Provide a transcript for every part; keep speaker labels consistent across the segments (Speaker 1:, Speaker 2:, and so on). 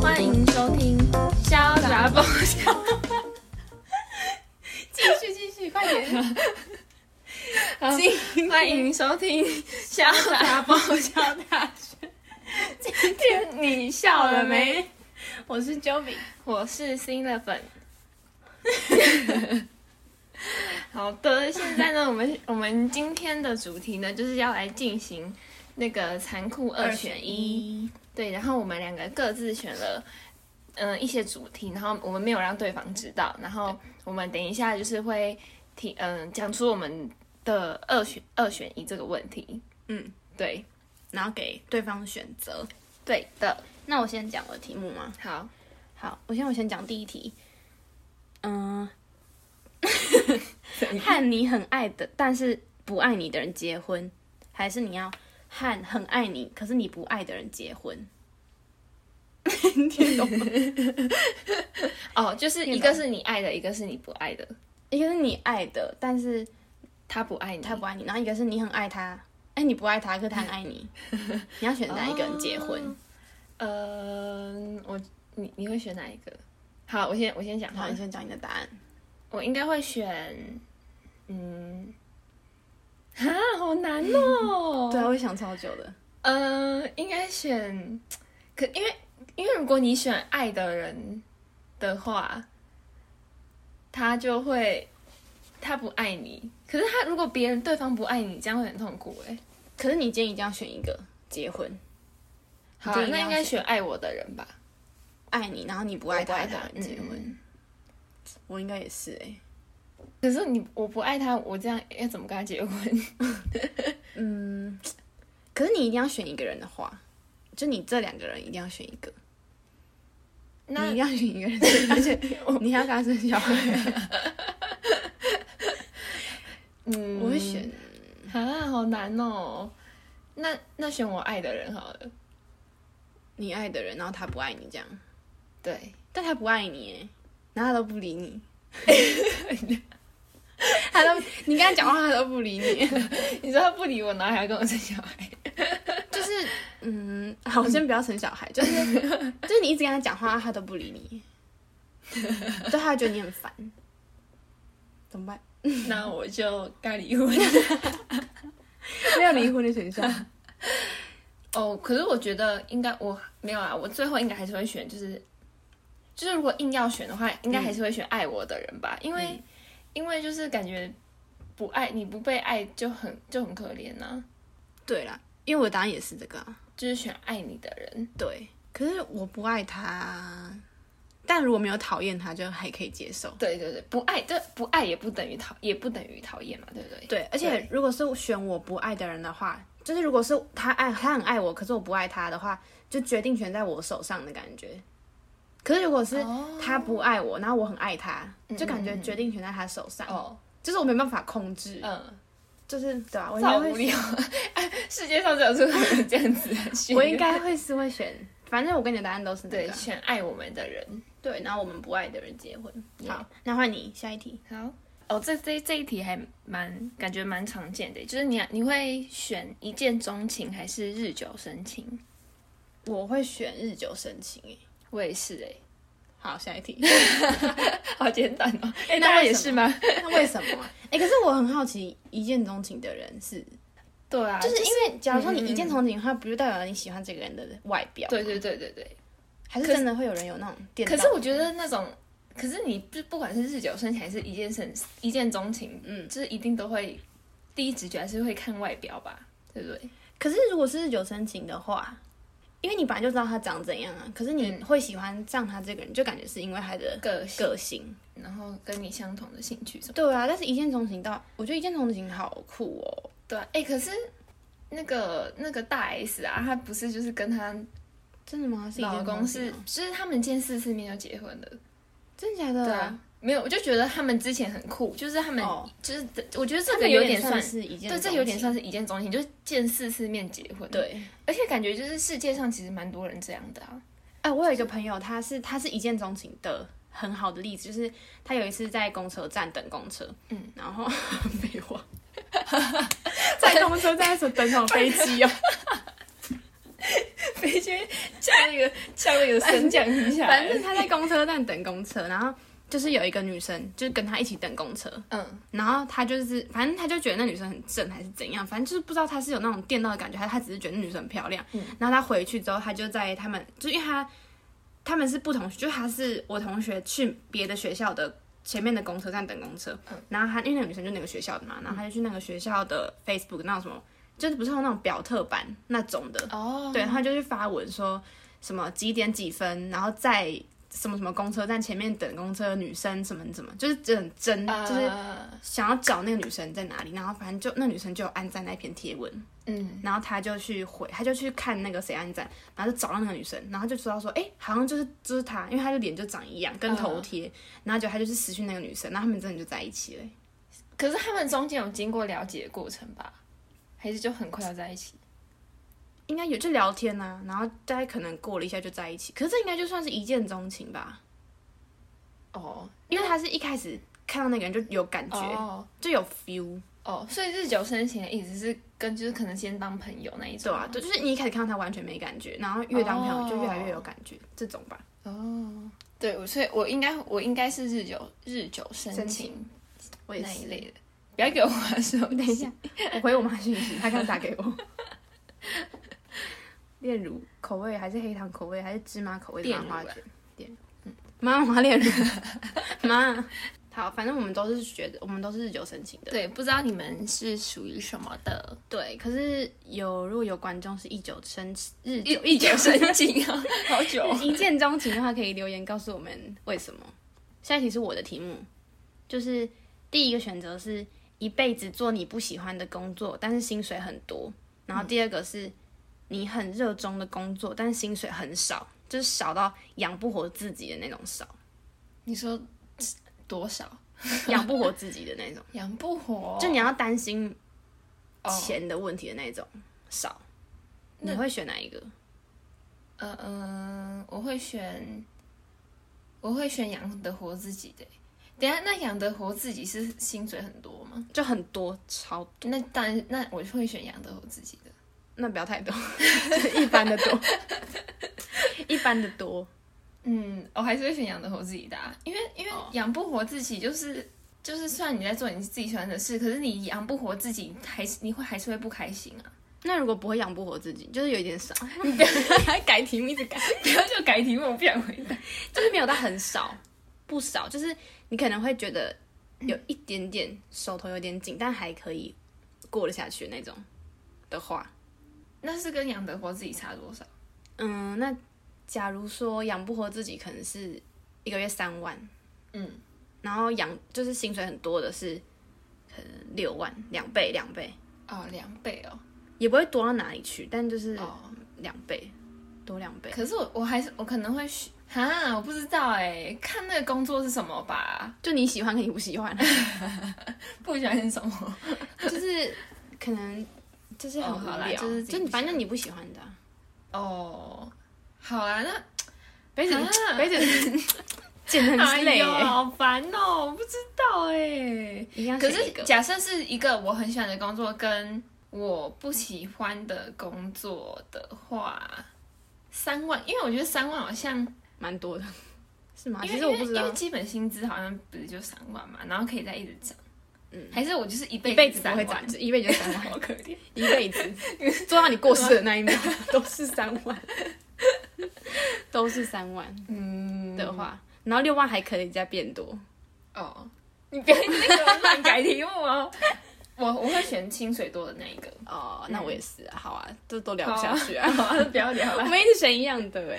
Speaker 1: 欢迎收听《潇洒爆笑》。
Speaker 2: 继续继续，快点！
Speaker 1: 欢迎收听《潇洒爆笑大学》。今天你笑了没？
Speaker 2: 我是 Joey，
Speaker 1: 我是新的粉。 好的，现在呢，我们我们今天的主题呢，就是要来进行那个残酷二选一。对，然后我们两个各自选了嗯、呃一些主题，然后我们没有让对方知道，然后我们等一下就是会提嗯、讲出我们的二选二选一这个问题。
Speaker 2: 嗯，
Speaker 1: 对，
Speaker 2: 然后给对方选择。
Speaker 1: 对的，
Speaker 2: 那我先讲我的题目吗？
Speaker 1: 好，
Speaker 2: 好，我先我先讲第一题。 嗯、
Speaker 1: 怎样
Speaker 2: 和你很爱的但是不爱你的人结婚，还是你要和很爱你可是你不爱的人结婚？你听懂吗？
Speaker 1: 哦，就是一个是你爱的，一个是你不爱的，
Speaker 2: 一个是你爱的，但是
Speaker 1: 他不爱你，
Speaker 2: 他不爱你，然后一个是你很爱他，哎，你不爱他，可是他很爱你，你要选哪一个人结婚？
Speaker 1: 嗯、我你你会选哪一个？好，我先我先讲好
Speaker 2: 好，
Speaker 1: 了，
Speaker 2: 你先讲你的答案。
Speaker 1: 我应该会选嗯。啊，好难 哦！
Speaker 2: 对啊，我也想超久的。
Speaker 1: 呃，应该选，可因为因为如果你选爱的人的话，他就会他不爱你。可是他如果别人对方不爱你，这样会很痛苦哎、
Speaker 2: 可是你今天一定要选一个结婚，
Speaker 1: 好
Speaker 2: 对
Speaker 1: 啊，
Speaker 2: 一定
Speaker 1: 那
Speaker 2: 要
Speaker 1: 应该选爱我的人吧，
Speaker 2: 爱你，然后你不
Speaker 1: 不
Speaker 2: 嗯爱
Speaker 1: 不
Speaker 2: 他
Speaker 1: 爱
Speaker 2: 的
Speaker 1: 的
Speaker 2: 人
Speaker 1: 人
Speaker 2: 结
Speaker 1: 结
Speaker 2: 婚
Speaker 1: 婚。。
Speaker 2: 我应该也是哎、
Speaker 1: 可是你我不爱他，我这样要怎么跟他结婚？
Speaker 2: 嗯，可是你一定要选一个人的话，就你这两个人一定要选一个，你
Speaker 1: 那
Speaker 2: 一定要选一个人，而且你还要跟他生小孩。
Speaker 1: 嗯，
Speaker 2: 我会选，
Speaker 1: 啊，好难哦。那那选我爱的人好了，
Speaker 2: 你爱的人，然后他不爱你这样，
Speaker 1: 对。
Speaker 2: 但他不爱你哎，然后他都不理你。他都，你跟他讲话，他都不理你。
Speaker 1: 你说他不理我，然后还要跟我生小孩，
Speaker 2: 就是，嗯， 好，我先不要生小孩，就是， 就是你一直跟他讲话，他都不理你，对，他会觉得你很烦，怎么办？
Speaker 1: 那我就该离婚。
Speaker 2: 没有离婚的选项，
Speaker 1: 哦，可是我觉得应该我没有啊，我最后应该还是会选，就是就是如果硬要选的话，应该还是会选爱我的人吧，
Speaker 2: 嗯
Speaker 1: 因为、因为就是感觉不爱你不被爱就很就很可怜呐、
Speaker 2: 对啦，因为我答案也是这个、啊，
Speaker 1: 就是选爱你的人，
Speaker 2: 对，可是我不爱他，但如果没有讨厌他，就还可以接受，
Speaker 1: 对对对，不爱这不爱也不等于讨也不等于讨厌嘛，对不对？
Speaker 2: 对，而且
Speaker 1: 对
Speaker 2: 如果是选我不爱的人的话，就是如果是他爱他很爱我，可是我不爱他的话，就决定权在我手上的感觉。可是如果是
Speaker 1: 哦
Speaker 2: 他不爱我，然后我很爱他，
Speaker 1: 嗯
Speaker 2: 就感觉
Speaker 1: 嗯嗯
Speaker 2: 决定权在他手上，
Speaker 1: 哦，
Speaker 2: 就是我没办法控制，
Speaker 1: 嗯，
Speaker 2: 就是对吧？我应
Speaker 1: 这好
Speaker 2: 该
Speaker 1: 无
Speaker 2: 会，
Speaker 1: 聊， 世界上只有这个人这样子的选，
Speaker 2: 我应 该会是会选，反正我跟你的答案都是这
Speaker 1: 对
Speaker 2: 个啊
Speaker 1: 选爱我们的人。
Speaker 2: 对，然后我们不爱的人结婚。
Speaker 1: Yeah
Speaker 2: 好，那换你下一题，
Speaker 1: 好，哦，这这这一题还蛮感觉蛮常见的，欸就是你你会选一见钟情还是日久生情？
Speaker 2: 我会选日久生情欸诶。
Speaker 1: 我也是哎，
Speaker 2: 好，下一 题。
Speaker 1: 好简单哦。哎
Speaker 2: 那
Speaker 1: 大家
Speaker 2: 为
Speaker 1: 也
Speaker 2: 什
Speaker 1: 是吗？
Speaker 2: 那为什么啊？哎、可是我很好奇，一见钟情的人是
Speaker 1: 对啊，
Speaker 2: 就是嗯因
Speaker 1: 为
Speaker 2: 为，假如说你一见钟情的话，不就代表你喜欢这个人的外表？
Speaker 1: 对，对对对对。
Speaker 2: 还是真的会有人有那种电到？
Speaker 1: 可是我觉得那种，可是你不不管是日久生情还是一见生一见钟情，
Speaker 2: 嗯，
Speaker 1: 就是一定都会第一直觉还是会看外表吧，对不对？
Speaker 2: 可是如果是日久生情的话，因为你本来就知道他长怎样啊，可是你
Speaker 1: 嗯
Speaker 2: 会喜欢上他这个人，就感觉是因为他的
Speaker 1: 个性，
Speaker 2: 个性。
Speaker 1: 然后跟你相同的兴趣什么？
Speaker 2: 对啊，但是一见钟情到，我觉得一见钟情好酷哦。
Speaker 1: 对啊，哎，可是那个那个大 S 啊，她不是就是跟她
Speaker 2: 真的吗？是一
Speaker 1: 老
Speaker 2: 见
Speaker 1: 公
Speaker 2: 钟情
Speaker 1: 是
Speaker 2: 哦，
Speaker 1: 就是他们见四次面就结婚了。
Speaker 2: 真假的？
Speaker 1: 对啊，，没有，我就觉得他们之前很酷，就是他们、
Speaker 2: 哦
Speaker 1: 就是我觉得这
Speaker 2: 这
Speaker 1: 个
Speaker 2: 个
Speaker 1: 有
Speaker 2: 有
Speaker 1: 点
Speaker 2: 点
Speaker 1: 算
Speaker 2: 算，是一见，
Speaker 1: 对，这有点算。是一见钟情，就是见四次面结婚。，
Speaker 2: 对，
Speaker 1: 而且感觉就是世界上其实蛮多人这样的啊。
Speaker 2: 哎、我有一个朋友，他是他是一见钟情的很好 的例子，就是他有一次在公车站等公车，
Speaker 1: 嗯，
Speaker 2: 然后废话，在公车站所等那 种飞机哦，
Speaker 1: 飞机像那个像那个升降一下来，
Speaker 2: 反正他 在公车站等公车，然后就是有一个女生，就是跟他一起等公车，
Speaker 1: 嗯，
Speaker 2: 然后他就是，反正他就觉得那女生很正还是怎样，反正就是不知道他是有那种电到的感觉，还是他只是觉得那女生很漂亮。
Speaker 1: 嗯
Speaker 2: 然后他回去之后，他就在他们，就因为他他们是不同，就他是我同学去别的学校的前面的公车站等公车，
Speaker 1: 嗯
Speaker 2: 然后他因为那个女生就那个学校的嘛，然后他就去那个学校的 Facebook 那种什么，就是不是有那种表特版那种的，
Speaker 1: 哦
Speaker 2: 对，他就去发文说什么几点几分，然后在什么什么公车站前面等公车的女生什么什么，就是真真
Speaker 1: 呃
Speaker 2: 就是想要找那个女生在哪里，然后反正就那女生就有按赞那篇贴文，
Speaker 1: 嗯，
Speaker 2: 然后他就去回，他就去看那个谁按赞，然后就找到那个女生，然后就知道说，哎，好像就是就是她，因为她的脸就长一样，跟头
Speaker 1: 嗯
Speaker 2: 贴，然后就他就是失去那个女生，然后他们真的就在一起了。
Speaker 1: 可是他们中间有经过了解的过程吧？还是就很快要在一起？
Speaker 2: 应该有就聊天呐、然后大概可能过了一下就在一起，可是这应该就算是一见钟情吧，
Speaker 1: 嗯哦，
Speaker 2: 因为他是一开始看到那个人就有感觉，啊
Speaker 1: 哦
Speaker 2: 就有 feel，
Speaker 1: 哦，所以日久生情的意思是跟就是可能先当朋友那一
Speaker 2: 对
Speaker 1: 种
Speaker 2: 啊
Speaker 1: 吗，，
Speaker 2: 对，就是你一开始看到他完全没感觉，然后越当朋友就越来越有感觉，这种吧。
Speaker 1: 对，我所以我应该我应该是日久日久生
Speaker 2: 生
Speaker 1: 情
Speaker 2: 我也
Speaker 1: 那一
Speaker 2: 是，
Speaker 1: 类的。不要给我玩手机，
Speaker 2: 等一下， 我回我妈讯息，她刚打给我。 炼乳口味还是黑糖口味还是芝麻口味的
Speaker 1: 炼
Speaker 2: 麻
Speaker 1: 乳
Speaker 2: 花
Speaker 1: 啊
Speaker 2: 卷？炼乳，妈妈我要炼 乳，妈。好，反正我们都是觉得，我们都是日久生情的。
Speaker 1: 对，不知道你们是属于什么的
Speaker 2: 对，可是有如果有观众是一久生日久
Speaker 1: 一久生情啊， 好久 哦。
Speaker 2: 一见钟情的话，可以留言告诉我们为什么。下一题是我的题目，就是第一个选择是一辈子做你不喜欢的工作，但是薪水很多；然后第二个是你很热衷的工作，但是薪水很少，就是少到养不活自己的那种少，
Speaker 1: 你说多少？
Speaker 2: 养不活自己的那种，
Speaker 1: 养不活哦，
Speaker 2: 就你要担心
Speaker 1: 哦
Speaker 2: 钱的问题的那种少。你会选哪一个？
Speaker 1: 呃嗯，我会选，我会选养得活自己的欸。等一下，那养得活自己是薪水很多吗？
Speaker 2: 就很多，超
Speaker 1: 那当然，那我就会选养得活自己的。
Speaker 2: 那不要太多，就是 一般的 多，一般的多。
Speaker 1: 嗯，我还是会选养得活自己的、啊，因为因为
Speaker 2: 哦
Speaker 1: 养不活自己就是就是，虽然你在做你自己喜欢的事，可是你养不活自己，还是你会还是会不开心啊。
Speaker 2: 那如果不会养不活自己，就是有一点 少，还改题目一直改，
Speaker 1: 不要就改题目，我不想回答。
Speaker 2: 就是没有到很少，不少，嗯就是你可能会觉得有一点点手头有点紧，但还可以过得下去那种的话，
Speaker 1: 那是跟养得活自己差多少？
Speaker 2: 嗯，那假如说养不活自己，可能是一个月三万，
Speaker 1: 嗯，
Speaker 2: 然后养就是薪水很多的是可能六万，两倍两倍，
Speaker 1: 哦，两倍哦。
Speaker 2: 也不会多到哪里去，但就是
Speaker 1: 哦，
Speaker 2: 两倍、多两倍。
Speaker 1: 可是我我还是我可能会选哈，我不知道哎，看那个工作是什么吧，
Speaker 2: 就你喜欢跟你不喜欢，
Speaker 1: 不喜欢是什么。
Speaker 2: 就是可能就是很
Speaker 1: 哦
Speaker 2: 无
Speaker 1: 好啦
Speaker 2: 聊，
Speaker 1: 就是自己
Speaker 2: 就
Speaker 1: 不
Speaker 2: 你
Speaker 1: 喜欢
Speaker 2: 反正你不喜欢的啊、
Speaker 1: 哦，好啦，那
Speaker 2: 杯子
Speaker 1: 啊
Speaker 2: 杯 子简直很
Speaker 1: 哎
Speaker 2: 累
Speaker 1: 呦
Speaker 2: 欸，
Speaker 1: 好烦哦，我不知道哎。
Speaker 2: 一样
Speaker 1: 可
Speaker 2: 选一
Speaker 1: 是
Speaker 2: 个
Speaker 1: 假设是一个我很喜欢的工作，跟我不喜欢的工作的话，三万，因为我觉得三万好像，
Speaker 2: 蛮多的，是吗？
Speaker 1: 因
Speaker 2: 啊其
Speaker 1: 为
Speaker 2: 实我不知
Speaker 1: 因为因
Speaker 2: 道
Speaker 1: 为，基本薪资好像不是就三万嘛，然后可以再一直涨，
Speaker 2: 嗯
Speaker 1: 还是我就是一
Speaker 2: 一
Speaker 1: 辈
Speaker 2: 辈
Speaker 1: 子
Speaker 2: 子
Speaker 1: 三
Speaker 2: 不会
Speaker 1: 万
Speaker 2: 涨，，一辈子就三万，
Speaker 1: 好可怜。
Speaker 2: 一辈 子做到你过世的那一秒 都是三万，都是三万
Speaker 1: 嗯，
Speaker 2: 的话，然后六万还可以再变多，
Speaker 1: 哦， 你不要一直那个乱改题目哦。 我我会选薪水多的那 一个，
Speaker 2: 哦，那我也是啊，好啊，这都聊
Speaker 1: 好
Speaker 2: 不
Speaker 1: 啊
Speaker 2: 下去啊，
Speaker 1: 好啊，不要聊
Speaker 2: 我
Speaker 1: 了，
Speaker 2: 们一直选一样的哎，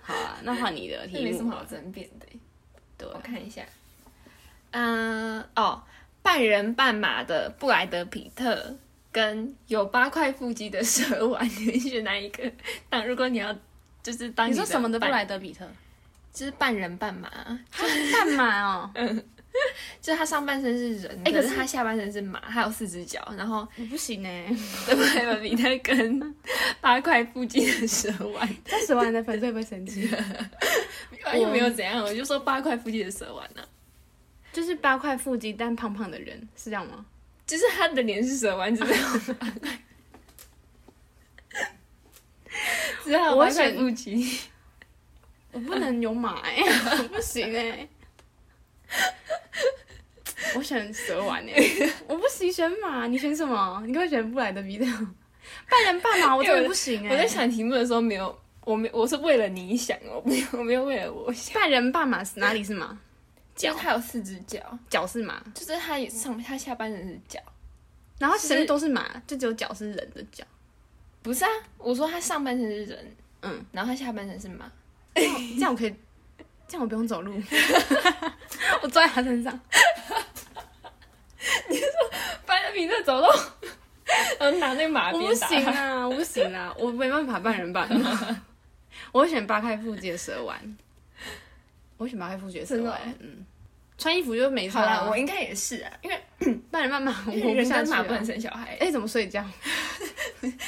Speaker 2: 好啊， 那换你的
Speaker 1: 这
Speaker 2: 题
Speaker 1: 没什么
Speaker 2: 目，
Speaker 1: 好争辩的。
Speaker 2: 对
Speaker 1: 我看一下，嗯，哦，半人半马的布莱德皮特跟有八块腹肌的蛇丸， 你选哪一个？当如果你要就是当
Speaker 2: 你说什么的
Speaker 1: 的伴
Speaker 2: 布莱，德 比特？
Speaker 1: 就是半人半马，
Speaker 2: 干嘛哦？
Speaker 1: 就是他上半身是人，
Speaker 2: 哎可
Speaker 1: 可
Speaker 2: 是
Speaker 1: 是他下半身是马，还有四只脚，然后
Speaker 2: 我不行呢、欸
Speaker 1: 布莱德皮特跟八块腹肌的蛇丸。
Speaker 2: 三十万的粉丝会不会生 气？
Speaker 1: 啊又没有怎样，我就说八块腹肌的蛇丸呢、啊
Speaker 2: 就是八块腹肌但胖胖的人是这样吗？
Speaker 1: 就是他的脸是蛇丸，只是只好
Speaker 2: 我
Speaker 1: 我
Speaker 2: 会选
Speaker 1: 选乌鸡。
Speaker 2: 我不能有马哎、 我不行哎、 我选蛇丸哎、 我不行选马，你选什么？你给我选布莱德 比特，半人半马，我真的不行哎、
Speaker 1: 我在想题目的时候没有，我没我是为了你想，我没有我没有为了我想。
Speaker 2: 半人半马是哪里是马？
Speaker 1: 就是它有四只脚，
Speaker 2: 脚是马，
Speaker 1: 就是它也上它下半身是脚，
Speaker 2: 然后
Speaker 1: 是
Speaker 2: 神都是马，就只有脚是人的脚。
Speaker 1: 不是啊？我说它上半身是人，
Speaker 2: 嗯，
Speaker 1: 然后它下半身是马。
Speaker 2: 这样我可以，这样我不用走路， 我坐在他身上。
Speaker 1: 班的比特走路， 然后拿那个马
Speaker 2: 我
Speaker 1: 鞭
Speaker 2: 不
Speaker 1: 打
Speaker 2: 行啊，我不行啊，我没办法半人半马。 我会选八块腹肌的蛇丸，我会选八块腹肌的蛇
Speaker 1: 真的
Speaker 2: 丸
Speaker 1: 哦。
Speaker 2: 嗯，穿衣服就 没
Speaker 1: 好
Speaker 2: 穿
Speaker 1: 啦，
Speaker 2: 啊
Speaker 1: 我。应该也是啊，因为
Speaker 2: 半人半马，我
Speaker 1: 因为
Speaker 2: 活不
Speaker 1: 人
Speaker 2: 下
Speaker 1: 跟
Speaker 2: 去
Speaker 1: 马不能
Speaker 2: 啊。
Speaker 1: 生小孩，
Speaker 2: 哎，怎么睡觉？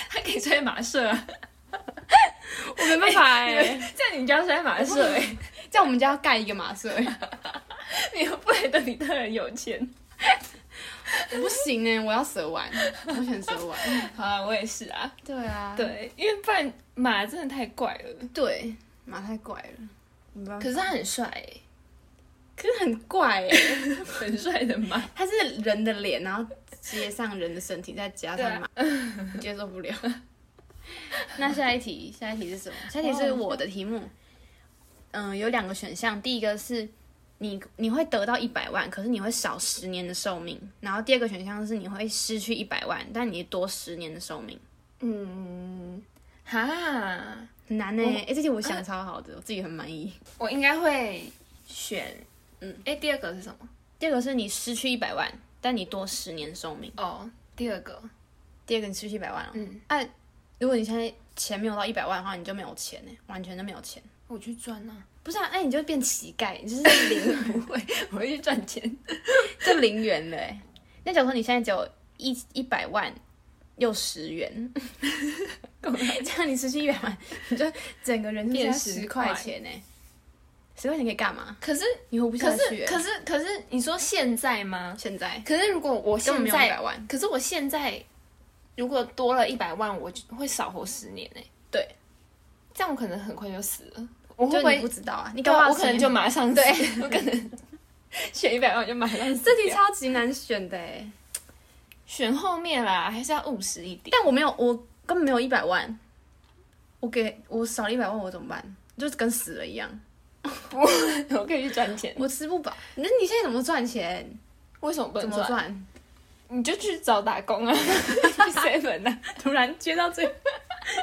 Speaker 1: 他可以睡马舍啊，
Speaker 2: 我没办法哎，
Speaker 1: 在你们家睡马舍哎、
Speaker 2: 在我们家要盖一个马睡，
Speaker 1: 你又不觉得你特人有钱？
Speaker 2: 我不行哎，我要蛇丸，我选蛇丸。
Speaker 1: 好啦，我也是 啊，
Speaker 2: 对啊，
Speaker 1: 对，因为不然马真的太怪了，
Speaker 2: 对，马太怪了，没办法
Speaker 1: 可是他很帅、欸，
Speaker 2: 可是很怪哎，
Speaker 1: 很帅的马，
Speaker 2: 它是人的脸，然后接上人的身体，再加
Speaker 1: 对
Speaker 2: 上
Speaker 1: 啊
Speaker 2: 马，我接受不了。 那下一题，下一题是什么？下一题是我的题目。嗯、有两个选项，第一个是你你会得到一百万，可是你会少十年的寿命；然后第二个选项是你会失去一百万，但你多十年的寿命。
Speaker 1: 嗯，哈，
Speaker 2: 很难呢、欸，哎、这题我想得超好的，我自己很满意。
Speaker 1: 我应该会选，嗯，哎、第二个是什么？
Speaker 2: 第二个是你失去一百万，但你多十年寿命；
Speaker 1: 哦，第二个，
Speaker 2: 第二个你失去一百万了、哦啊
Speaker 1: 嗯，
Speaker 2: 如果你现在钱没有到一百万的话，你就没有钱呢、完全都没有钱。
Speaker 1: 我去赚啊，
Speaker 2: 不是啊，那、你就变乞丐，你 就是零，
Speaker 1: 我会去赚钱。
Speaker 2: 就零元了、欸。那假如说你现在只有一一百万，又十元， 这样你失去一百万，你就整个人就
Speaker 1: 变
Speaker 2: 变
Speaker 1: 10
Speaker 2: 十块钱呢、欸。十块钱可以干嘛？
Speaker 1: 可是，
Speaker 2: 你活不下
Speaker 1: 可
Speaker 2: 去、
Speaker 1: 是，
Speaker 2: 欸。
Speaker 1: 可是，可是，你说现在吗？
Speaker 2: 现在
Speaker 1: 可是如果我
Speaker 2: 根本
Speaker 1: 现
Speaker 2: 没有一
Speaker 1: 在
Speaker 2: 百，万，
Speaker 1: 可是我现在如果多了一百万，我就会少活十年哎、
Speaker 2: 对，
Speaker 1: 这样我可能很快就死了。我会
Speaker 2: 就
Speaker 1: 不
Speaker 2: 你
Speaker 1: 会
Speaker 2: 不？知道啊。你
Speaker 1: 对
Speaker 2: 干
Speaker 1: 啊
Speaker 2: 嘛？
Speaker 1: 我可能就马上死，
Speaker 2: 对
Speaker 1: 我可能 选一百万就马上死掉。
Speaker 2: 这题超级难选的、欸，
Speaker 1: 选后面啦，还是要务实一点。
Speaker 2: 但我没有，我根本没有一百万，我给我少了一百万，我怎么办？就是跟死了一样，
Speaker 1: 我可以去赚钱，
Speaker 2: 我吃不饱。那你现在怎么赚钱？
Speaker 1: 为什么不
Speaker 2: 怎
Speaker 1: 能
Speaker 2: 么
Speaker 1: 赚？
Speaker 2: 赚？
Speaker 1: 你就去找打工 啊，去 seven 啊。
Speaker 2: 突然接到这个，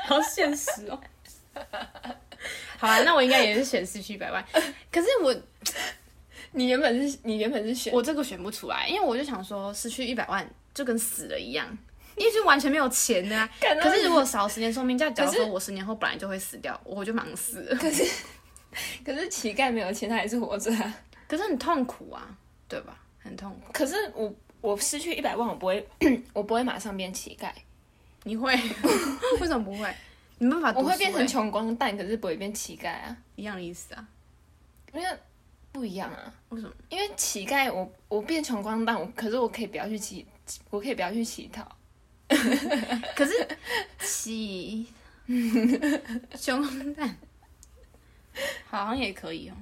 Speaker 2: 好现实哦。 好啊，那我应该也是选失去一百万，可是我
Speaker 1: 你原本是你原本是选
Speaker 2: 我这个选不出来，因为我就想说失去一百万就跟死了一样，因为就完全没有钱的啊。
Speaker 1: 干到
Speaker 2: 可是如果少十年寿命，这样假如
Speaker 1: 可
Speaker 2: 说我十年后本来就会死掉，我就忙死了，
Speaker 1: 可是乞丐没有钱，他还是活着啊。
Speaker 2: 可是很痛苦啊，对吧？很痛苦。
Speaker 1: 可是我我失去一百万，我不会， 我不会马上变乞丐，
Speaker 2: 你会？ 为什么不会？你没办法读
Speaker 1: 我
Speaker 2: 书欸、
Speaker 1: 会变成穷光蛋，可是不会变乞丐啊，
Speaker 2: 一样的意思啊？
Speaker 1: 因为不一样啊。
Speaker 2: 为什么？
Speaker 1: 因为乞丐我，我变穷光蛋，我可是我可以不要去乞，我可以不要去乞讨。
Speaker 2: 可是起 穷光蛋，好像也可以哦。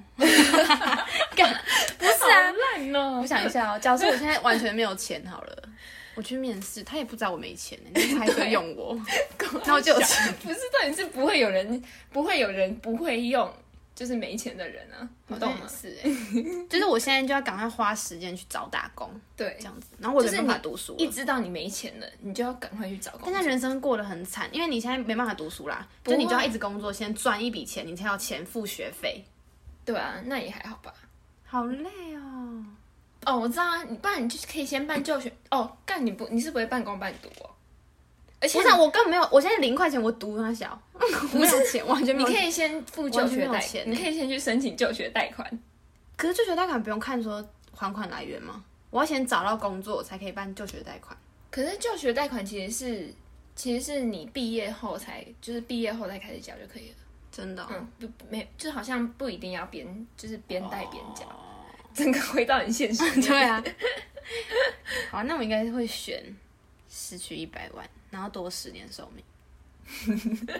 Speaker 2: 干不是啊，
Speaker 1: 烂
Speaker 2: 我
Speaker 1: 哦！
Speaker 2: 想一下哦，假设我现在完全没有钱好了， 我去面试，他也不知道我没钱呢，他还可以用我， 那我就有钱。
Speaker 1: 不是，重点是不会有人，不会有人不会用，就是没钱的人啊，你懂吗？
Speaker 2: 是欸，就是我现在就要赶快花时间去找打工，
Speaker 1: 对
Speaker 2: 这，样子，然后我也
Speaker 1: 就
Speaker 2: 没
Speaker 1: 是
Speaker 2: 办法
Speaker 1: 你
Speaker 2: 读书了。
Speaker 1: 一知道你没钱了，你就要赶快去找工
Speaker 2: 但
Speaker 1: 作
Speaker 2: 是。人生过得很惨，因为你现在没办法读书啦，
Speaker 1: 不
Speaker 2: 就
Speaker 1: 会
Speaker 2: 你就要一直工作，先赚一笔钱，你才有钱付学费，
Speaker 1: 对啊，那也还好吧。
Speaker 2: 好累哦。
Speaker 1: 哦，我知道啊，你不然你就是可以先办就学哦，干你不你是不会半工半读哦，而且
Speaker 2: 我想啊我根本没有，我现在零块钱我读那 小，我没有钱，完全
Speaker 1: 你
Speaker 2: 没有
Speaker 1: 可
Speaker 2: 钱。
Speaker 1: 以先付就学
Speaker 2: 完全没
Speaker 1: 贷
Speaker 2: 有钱，欸
Speaker 1: 你可以先去申请就学贷款。
Speaker 2: 可是就学贷款不用看说还款来源吗？我要先找到工作才可以办就学贷款。
Speaker 1: 可是就学贷款其实是其实是你毕业后才就是毕业后才开始缴就可以了，
Speaker 2: 真的哦、
Speaker 1: 嗯，不不没就好 像不一定要边就是边贷边缴，整个回到很现实。
Speaker 2: 对啊，好，那我应该会选失去一百万，然后多十年寿 命。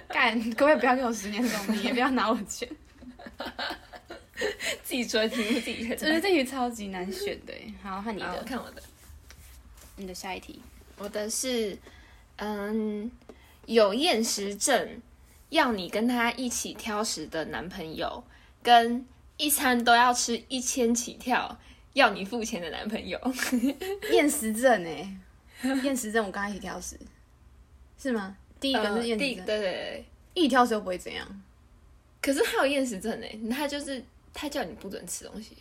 Speaker 2: 干，各位不要给我十年寿命，也不要拿我钱。
Speaker 1: 自己说的题目自己来
Speaker 2: 我觉得这题超级难选的耶。欸好，换你
Speaker 1: 好，我
Speaker 2: 的，
Speaker 1: 看我的，
Speaker 2: 你的下一题。
Speaker 1: 我的是，嗯，有厌食症，要你跟他一起挑食的男朋友，跟一餐都要吃一千起跳，要你付钱的男朋友。
Speaker 2: 厌食症哎、厌食症我跟他一起挑食，是吗？第一个
Speaker 1: 呃
Speaker 2: 是 厌
Speaker 1: 第
Speaker 2: 食
Speaker 1: 对
Speaker 2: 症，
Speaker 1: 对对，
Speaker 2: 一起挑食又不会怎样。
Speaker 1: 可是他有厌食症哎，他就是他叫你不准吃东西，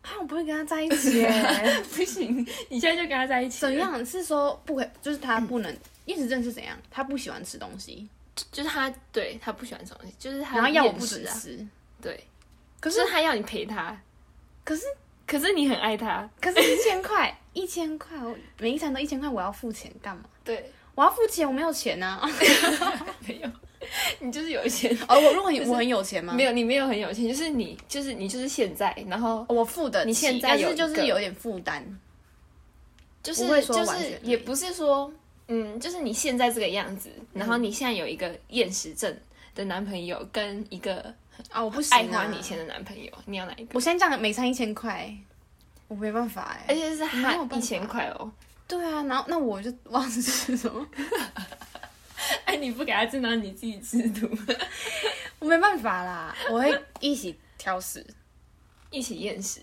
Speaker 2: 啊，我不会跟他在一起耶。
Speaker 1: 不 行，你现在就跟他在一起，
Speaker 2: 怎？样？ 是说不可，就是他不能厌食症是怎样？他不喜欢吃东西，
Speaker 1: 就是他对他不喜欢吃东西，就是他
Speaker 2: 然后要我
Speaker 1: 厌
Speaker 2: 不
Speaker 1: 食
Speaker 2: 准
Speaker 1: 啊，
Speaker 2: 吃。
Speaker 1: 对，
Speaker 2: 可
Speaker 1: 就是是他要你陪他，
Speaker 2: 可是
Speaker 1: 可是你很爱他，
Speaker 2: 可是一千块， 一千块，我每一餐都一千块，我要付钱干嘛？
Speaker 1: 对，
Speaker 2: 我要付钱，我没有钱呢、 啊。
Speaker 1: 没有，哎你就是有 钱。
Speaker 2: 哦，我如果你我很有钱吗？
Speaker 1: 没
Speaker 2: 有，
Speaker 1: 有，你没有很有钱，就是你，就是你，就是现在，然后
Speaker 2: 哦我付的。
Speaker 1: 你现在
Speaker 2: 但
Speaker 1: 有
Speaker 2: 是
Speaker 1: 一
Speaker 2: 就是
Speaker 1: 个
Speaker 2: 有点负担。
Speaker 1: 就是
Speaker 2: 不会说
Speaker 1: 就
Speaker 2: 完
Speaker 1: 是
Speaker 2: 全
Speaker 1: 也不是说，嗯，就是你现在这个样子，然后你现在有一个厌食症的男朋友，跟一个
Speaker 2: 啊，我不行、啊。
Speaker 1: 爱花你钱的男朋友，你要哪一个？
Speaker 2: 我现在这样每餐一千块，我没办法哎、
Speaker 1: 而且是
Speaker 2: 没有
Speaker 1: 他
Speaker 2: 办法
Speaker 1: 一千块哦，
Speaker 2: 对啊，然后那我就忘了吃什么，
Speaker 1: 哎，你不给他吃，然后你自己吃毒，
Speaker 2: 我没办法啦，我会一起挑食。
Speaker 1: 一起厌食，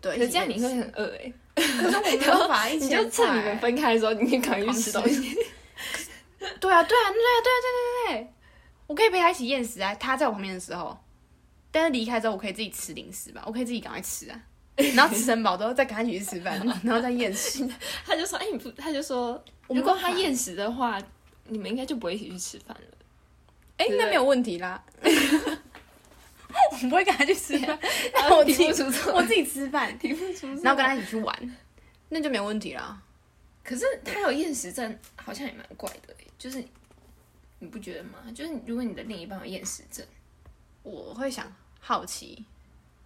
Speaker 2: 对，
Speaker 1: 可是这样
Speaker 2: 一
Speaker 1: 你
Speaker 2: 起
Speaker 1: 会很饿哎，
Speaker 2: 可是我没办法，一
Speaker 1: 你
Speaker 2: 起
Speaker 1: 就趁你们分开的时候，你就赶快去吃东西，
Speaker 2: 对啊，对啊，对啊，对啊，对对对对，我可以陪他一起厌食啊，他在我旁边的时候，但是离开之后，我可以自己吃零食吧，我可以自己赶快吃啊，然后吃很饱之后再赶快一起去吃饭，然后再 厌食。
Speaker 1: 他就说，哎，你不，他就说，
Speaker 2: 我没
Speaker 1: 如果
Speaker 2: 办
Speaker 1: 他
Speaker 2: 法
Speaker 1: 厌食的话，你们应该就不会一起去吃饭 了。
Speaker 2: 哎、
Speaker 1: 对
Speaker 2: 那没有问题啦， 我不会跟他去 吃饭，然后
Speaker 1: 后
Speaker 2: 我自己
Speaker 1: 提啊不出 错
Speaker 2: 我自己吃饭，
Speaker 1: 提不出
Speaker 2: 然后跟他一起去玩，那就没问题啦。
Speaker 1: 可是他有厌食症，好像也蛮怪的欸、就是你不觉得吗？就是如果你的另一半有厌食症，
Speaker 2: 我会想好奇，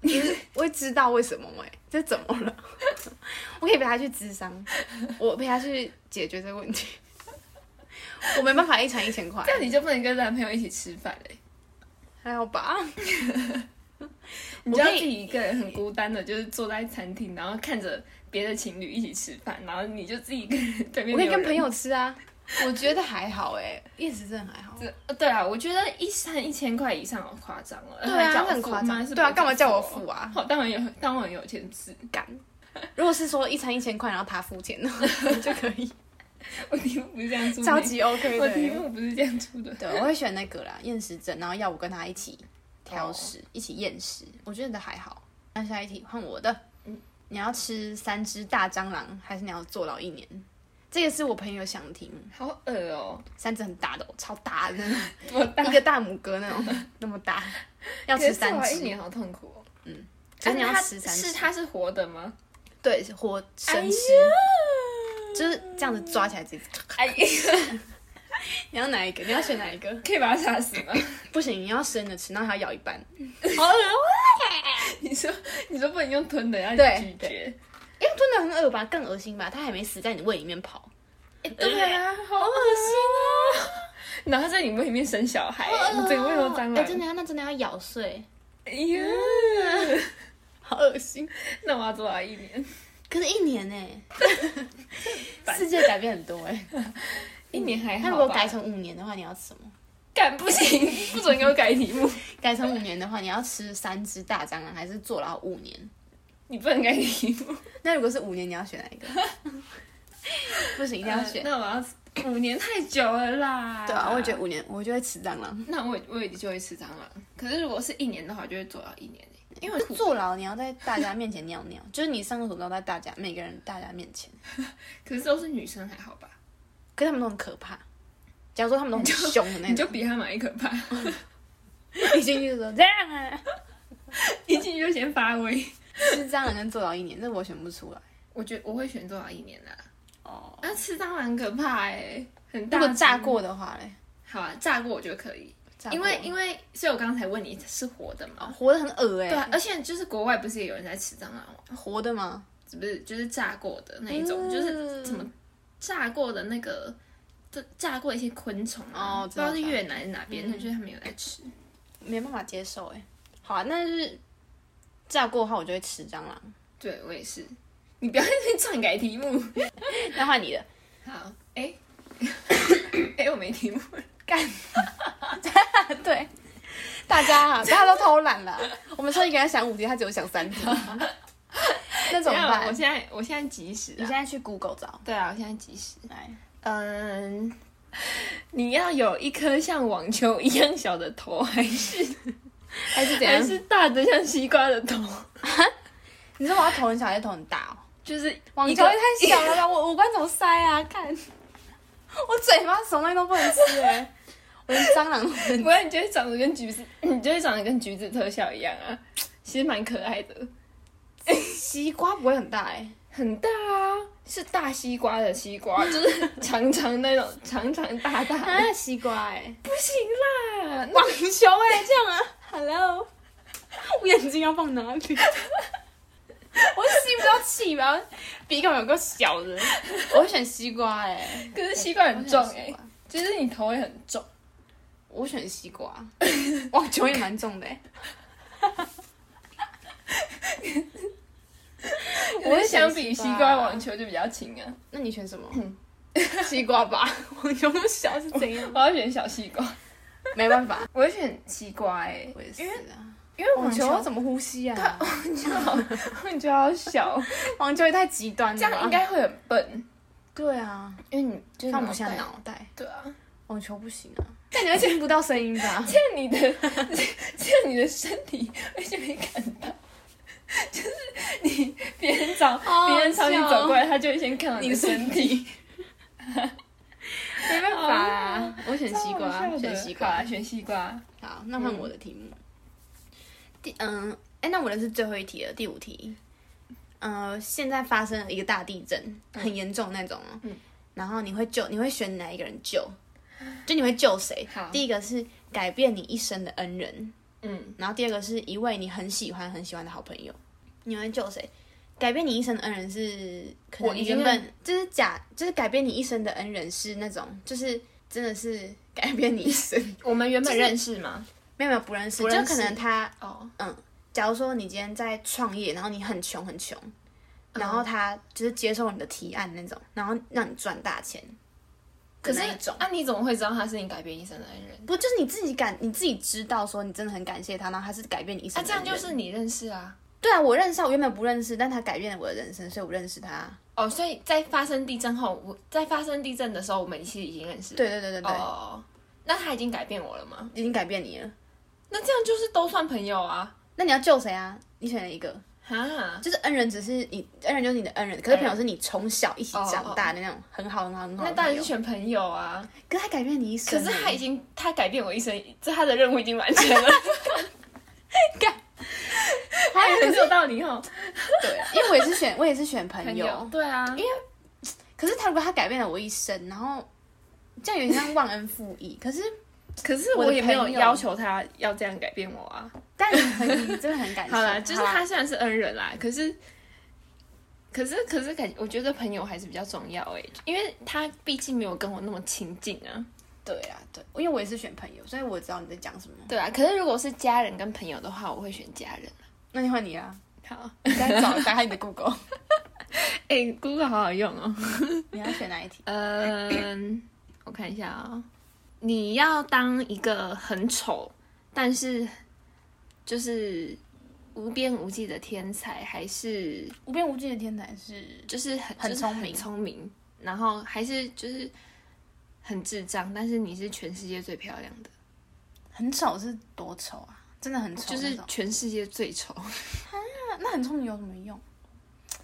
Speaker 2: 就是我会知道为什么哎、这怎么了？ 我可以陪他去智商，我陪他去解决这个问题。我没办法一餐一千块
Speaker 1: 这，样你就不能跟男朋友一起吃饭嘞、
Speaker 2: 还好吧？
Speaker 1: 你
Speaker 2: 我
Speaker 1: 就要
Speaker 2: 可
Speaker 1: 自
Speaker 2: 以，
Speaker 1: 己一个人很孤单的，就是坐在餐厅，然后看着别的情侣一起吃饭，然后你就自己一个人对面。
Speaker 2: 我可以跟朋。友吃啊。我觉得还好哎、厌食症还好。
Speaker 1: 这呃对啊，我觉得一餐一千块以上好夸张哦。
Speaker 2: 对
Speaker 1: 还
Speaker 2: 啊，
Speaker 1: 叫
Speaker 2: 那
Speaker 1: 我
Speaker 2: 很
Speaker 1: 付
Speaker 2: 夸
Speaker 1: 妈
Speaker 2: 张。
Speaker 1: 是
Speaker 2: 对啊，
Speaker 1: 不
Speaker 2: 干嘛
Speaker 1: 敢
Speaker 2: 叫我
Speaker 1: 付
Speaker 2: 付
Speaker 1: 哦？
Speaker 2: 啊？
Speaker 1: 好，当然有，当然有钱吃。
Speaker 2: 干。如果是说一餐一千块，然后他付钱的话，就可以，
Speaker 1: 我题目不是这样出的，
Speaker 2: 超级 OK
Speaker 1: 我题
Speaker 2: 的。欸
Speaker 1: 目不是这样出的。
Speaker 2: 对，我会选那个啦，厌食症，然后要我跟他一起
Speaker 1: 哦
Speaker 2: 挑食，一起厌食，我觉得还好。那下一题换我的，
Speaker 1: 嗯
Speaker 2: 你要吃三只大蟑螂，还是你要坐牢一年？这个是我朋友想的题目，
Speaker 1: 好恶哦、
Speaker 2: 三只很大的、哦，超大的 那种，
Speaker 1: 我大
Speaker 2: 一个大拇哥那种，那么 大，要吃三
Speaker 1: 可是我一
Speaker 2: 只，
Speaker 1: 年好痛苦哦。
Speaker 2: 可是你要
Speaker 1: 它
Speaker 2: 吃三只
Speaker 1: 是，哎它是活的吗？
Speaker 2: 对，活生吃，就是这样子抓起来自己。
Speaker 1: 哎呀，
Speaker 2: 你要哪一个？你要选哪一个？
Speaker 1: 可以把它杀死 吗？
Speaker 2: 不行，你要生着吃，然后还要咬一 半。
Speaker 1: 好恶心！你说你说不能用吞的，要
Speaker 2: 对
Speaker 1: 咀嚼。
Speaker 2: 因为真的很恶吧，更恶心吧？它还没死，在你胃里面跑，
Speaker 1: 哎对啊，好恶心
Speaker 2: 哦
Speaker 1: 啊！然后在你胃里面生小孩，你整个胃都脏
Speaker 2: 哎、
Speaker 1: 了。
Speaker 2: 真的要那真的要咬碎，
Speaker 1: 哎呀，
Speaker 2: 好恶心。
Speaker 1: 那我要做到一年，
Speaker 2: 可是，一年呢、 世界改变很多 哎、
Speaker 1: 一年还
Speaker 2: 那如
Speaker 1: 好
Speaker 2: 果
Speaker 1: 吧？
Speaker 2: 改成五年的话，你要吃什么？
Speaker 1: 干不行， 不准给我改题目，
Speaker 2: 改成五年的话，你要吃三只大蟑螂，还是坐牢五年？
Speaker 1: 你不能改题 目，
Speaker 2: 那如果是五年，你要选哪一个？ 不行，一定要选。
Speaker 1: 那我要五年太久了啦。
Speaker 2: 呃对啊，我也觉得。五年我就会吃蟑螂。
Speaker 1: 那我也我也就会吃蟑螂，可是如果是一年的话，我就会做到一年、欸、因为我
Speaker 2: 坐牢你要在大家面前尿尿，就是你上厕所都在大家每个人大家面前。
Speaker 1: 可是都是女生还好吧？
Speaker 2: 可是他们都很可怕。假如说他们都很凶的那
Speaker 1: 你就
Speaker 2: 种，
Speaker 1: 比他们还可 怕，
Speaker 2: 一进去就说这样啊，
Speaker 1: 一进去就先发威。
Speaker 2: 吃蟑螂跟坐牢一年，这我选不出来。
Speaker 1: 我觉得我会选做好一年啦。
Speaker 2: 哦，
Speaker 1: 那啊吃蟑螂很可怕哎、很
Speaker 2: 如
Speaker 1: 大。
Speaker 2: 果炸，过的话嘞，
Speaker 1: 好啊，炸过我觉得可以，
Speaker 2: 炸
Speaker 1: 因为
Speaker 2: 过
Speaker 1: 因为，所以我刚才问你是活的
Speaker 2: 哦
Speaker 1: 吗？
Speaker 2: 活的很恶哎、
Speaker 1: 啊嗯对啊，而且就是国外不是也有人在吃蟑螂吗？
Speaker 2: 活的吗？
Speaker 1: 不是就是炸过的那一种，
Speaker 2: 嗯
Speaker 1: 就是什么炸过的那个，这炸过一些昆虫啊，
Speaker 2: 哦
Speaker 1: 不知道
Speaker 2: 知
Speaker 1: 是
Speaker 2: 道
Speaker 1: 越南还是哪边，
Speaker 2: 嗯
Speaker 1: 他就是他们有在吃。
Speaker 2: 没办法接受哎。好啊，那就是炸过的话，我就会吃蟑螂。
Speaker 1: 对我也是，你不要在那边篡改题目。
Speaker 2: 那换你的，
Speaker 1: 好，哎、 哎、我没 题目了。
Speaker 2: 对，大家 啊，大家都偷懒了。我们说一个人想五题，他只有想三 题，那怎么
Speaker 1: 等一下
Speaker 2: 办
Speaker 1: 啊我？现在我现在及时
Speaker 2: 你现
Speaker 1: 啊。
Speaker 2: 在去 Google 找
Speaker 1: 对啊，我现在及时。
Speaker 2: 来，
Speaker 1: 嗯，你要有一颗像网球一样小的头，还是
Speaker 2: 还是怎样
Speaker 1: 还？是大的像西瓜的头？
Speaker 2: 你说我要头很小还是头很大哦？
Speaker 1: 就是
Speaker 2: 网
Speaker 1: 一
Speaker 2: 球
Speaker 1: 个
Speaker 2: 也太小了吧，我五官怎么塞啊？看， 我嘴巴什么东西都不能吃哎、我连蟑螂都不能。
Speaker 1: 不然你就会长得跟橘子， 你就会长得跟橘子特效一样啊，其实蛮可爱的。
Speaker 2: 西瓜不会很大哎、
Speaker 1: 很大啊，是大西瓜的西瓜，就是 长长那种，长长大大的。
Speaker 2: 啊，西瓜哎、
Speaker 1: 不行啦，
Speaker 2: 网球哎、这样啊？Hello，我眼睛要放哪里？我心 不要气吧，鼻孔有个小的，我会选西瓜哎、
Speaker 1: 可是西瓜很重哎、
Speaker 2: 我选西瓜
Speaker 1: 就是你头也很重。
Speaker 2: 我选西瓜， 网球也蛮重的、 欸。
Speaker 1: 我
Speaker 2: 会
Speaker 1: 是
Speaker 2: 选
Speaker 1: 相比
Speaker 2: 西
Speaker 1: 西
Speaker 2: 瓜
Speaker 1: 瓜，啊网球就比较轻啊。
Speaker 2: 那你选什 么？西瓜吧，网球那么小是怎样？
Speaker 1: 我要选小西瓜，
Speaker 2: 没办法，
Speaker 1: 我会选西瓜哎、
Speaker 2: 我也是
Speaker 1: 因为
Speaker 2: 啊。
Speaker 1: 因为
Speaker 2: 网
Speaker 1: 网球
Speaker 2: 球怎么呼吸啊？
Speaker 1: 网球好网球好小，
Speaker 2: 网球也太极端了
Speaker 1: 这
Speaker 2: 吧。
Speaker 1: 样应该会很笨，
Speaker 2: 对啊，
Speaker 1: 因为你就是
Speaker 2: 放不下
Speaker 1: 袋
Speaker 2: 脑袋。
Speaker 1: 对啊，
Speaker 2: 网球不行啊，但你会听不到声音 吧？
Speaker 1: 这样你的 这样你的身体而且没感到。 就是你别人找
Speaker 2: 好
Speaker 1: 别人朝你
Speaker 2: 笑
Speaker 1: 走过来，他就会先看到你
Speaker 2: 你
Speaker 1: 的
Speaker 2: 的身
Speaker 1: 身体。
Speaker 2: 没办法 啊，我选西瓜，选
Speaker 1: 选
Speaker 2: 西
Speaker 1: 西
Speaker 2: 瓜
Speaker 1: 瓜，。选西瓜。
Speaker 2: 好，那换我的题目。第嗯，哎，那我的是最后一题了，第五题。呃，现在发生了一个大地震，很严重那种哦。
Speaker 1: 嗯
Speaker 2: 然后你会救，你会选哪一个人救？就你会救谁
Speaker 1: 哎好？
Speaker 2: 第一个是改变你一生的恩人，
Speaker 1: 嗯，
Speaker 2: 然后第二个是一位你很喜欢很喜欢的好朋友，你会救谁？改变你一生的恩人是可
Speaker 1: 我
Speaker 2: 能
Speaker 1: 一
Speaker 2: 你
Speaker 1: 定
Speaker 2: 原本就是假，就是改变你一生的恩人是那种，就是真的是改变你一生，
Speaker 1: 我们原本认识吗？
Speaker 2: 没有没有不认识，
Speaker 1: 不认识
Speaker 2: 就可能他，
Speaker 1: 哦，
Speaker 2: 嗯，假如说你今天在创业，然后你很穷很穷，
Speaker 1: 嗯
Speaker 2: 然后他就是接受你的提案那种，然后让你赚大钱，
Speaker 1: 可是
Speaker 2: 那一种。
Speaker 1: 啊，你怎么会知道他是你改变一生的恩人？
Speaker 2: 不就是你自己感你自己知道说你真的很感谢他，然后他是改变你一
Speaker 1: 啊，
Speaker 2: 生
Speaker 1: 这
Speaker 2: 的人、
Speaker 1: 样就是你认识啊。
Speaker 2: 对啊，我认识啊，我原本不认识，但他改变了我的人生，所以我认识他。
Speaker 1: 哦，所以在发生地震后，我在发生地震的时候，我们其实已经认识了。
Speaker 2: 对对对对对，
Speaker 1: 哦，那他已经改变我了吗？
Speaker 2: 已经改变你了。
Speaker 1: 那这样就是都算朋友啊。
Speaker 2: 那你要救谁啊？你选了一个，
Speaker 1: 哈，
Speaker 2: 就是恩人，只是你恩人就是你的恩人，可是朋友是你从小一起长大的那种很好很好很好
Speaker 1: 哦那
Speaker 2: 的
Speaker 1: 当
Speaker 2: 朋
Speaker 1: 然是
Speaker 2: 友。
Speaker 1: 选哦朋友啊。
Speaker 2: 可是他改变你一生
Speaker 1: 可
Speaker 2: 欸，
Speaker 1: 是他已经他改变我一生，这他的任务已经完成 了，
Speaker 2: 还
Speaker 1: 很有道理哦。
Speaker 2: 对，啊因为我也是选我也是选朋
Speaker 1: 朋
Speaker 2: 友
Speaker 1: 友，，对啊，因为
Speaker 2: 可是他如果他改变了我一生，然后这样有点像忘恩负义。可是
Speaker 1: 可是
Speaker 2: 我
Speaker 1: 我
Speaker 2: 的
Speaker 1: 也没有
Speaker 2: 朋友
Speaker 1: 要求他要这样改变我啊。
Speaker 2: 但你很你真的很感谢，
Speaker 1: 好啦，就是
Speaker 2: 好啦
Speaker 1: 他虽然是恩人啦，可是，可是，可是感，我觉得朋友还是比较重要诶、因为他毕竟没有跟我那么亲近啊。
Speaker 2: 对啊对，因为我也是选朋友，所以我知道你在讲什么。
Speaker 1: 对啊，可是如果是家人跟朋友的话，我会选家人。
Speaker 2: 那你换你啊，
Speaker 1: 好，
Speaker 2: 你再找打开你的 Google，
Speaker 1: 诶、g o o g l e 好好用哦。
Speaker 2: 你要选哪一题？
Speaker 1: 嗯，我看一下啊、你要当一个很丑，但是就是无边无际的天才，还是
Speaker 2: 无边无际的天才是
Speaker 1: 就是很
Speaker 2: 很
Speaker 1: 就是
Speaker 2: 聪明
Speaker 1: 聪明，然后还是就是很智障，但是你是全世界最漂亮的，
Speaker 2: 很丑是多丑啊？真的很丑
Speaker 1: 就
Speaker 2: 那种，
Speaker 1: 是全世界最 丑，
Speaker 2: 那那很聪明有什么用？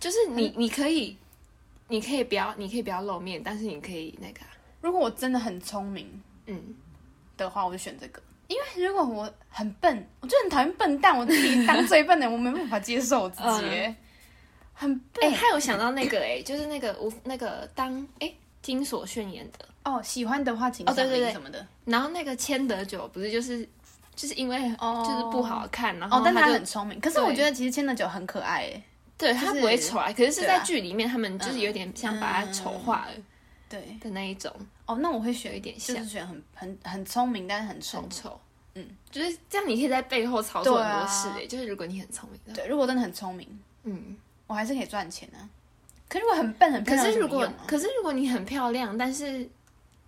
Speaker 1: 就是你你可以，你可以不要，你可以不要露面，但是你可以那个啊，
Speaker 2: 如果我真的很聪明
Speaker 1: 嗯，
Speaker 2: 的话，我就选这个。因为如果我很笨，我就很讨厌笨蛋，我自己当最笨的，我没办法接受我自己
Speaker 1: 嗯
Speaker 2: 耶，很
Speaker 1: 哎、
Speaker 2: 笨、
Speaker 1: 还有想到那个哎、就是那个无那个当哎、金所炫言的，
Speaker 2: 哦。喜欢的话，请
Speaker 1: 哦
Speaker 2: 上
Speaker 1: 对对
Speaker 2: 铃
Speaker 1: 对
Speaker 2: 什么的。
Speaker 1: 然后那个千德九不是就是就是因为
Speaker 2: 哦
Speaker 1: 就是不好看，然后
Speaker 2: 哦，但
Speaker 1: 他
Speaker 2: 他
Speaker 1: 就
Speaker 2: 很聪明，可是我
Speaker 1: 对
Speaker 2: 觉得其实千的九很可爱耶，欸
Speaker 1: 对
Speaker 2: 就
Speaker 1: 他
Speaker 2: 是
Speaker 1: 不会丑啊，可是是
Speaker 2: 对
Speaker 1: 在
Speaker 2: 啊
Speaker 1: 剧里面，他们就是有点像把它丑化了
Speaker 2: 对，
Speaker 1: 的那一种，
Speaker 2: 哦，那我会选
Speaker 1: 有一点
Speaker 2: 就
Speaker 1: 像
Speaker 2: 是选很很很聪明，但是很丑
Speaker 1: 很。丑。嗯，就是这样，你可以在背后操作
Speaker 2: 对
Speaker 1: 很
Speaker 2: 啊
Speaker 1: 多事诶、就是如果你很聪明的话，
Speaker 2: 对，如果真的很聪明，
Speaker 1: 嗯。
Speaker 2: 我还是可以赚钱啊。可是我很笨，很
Speaker 1: 可
Speaker 2: 漂亮
Speaker 1: 是
Speaker 2: 有
Speaker 1: 如
Speaker 2: 什么
Speaker 1: 果
Speaker 2: 用啊，
Speaker 1: 可是如果你很漂亮，但是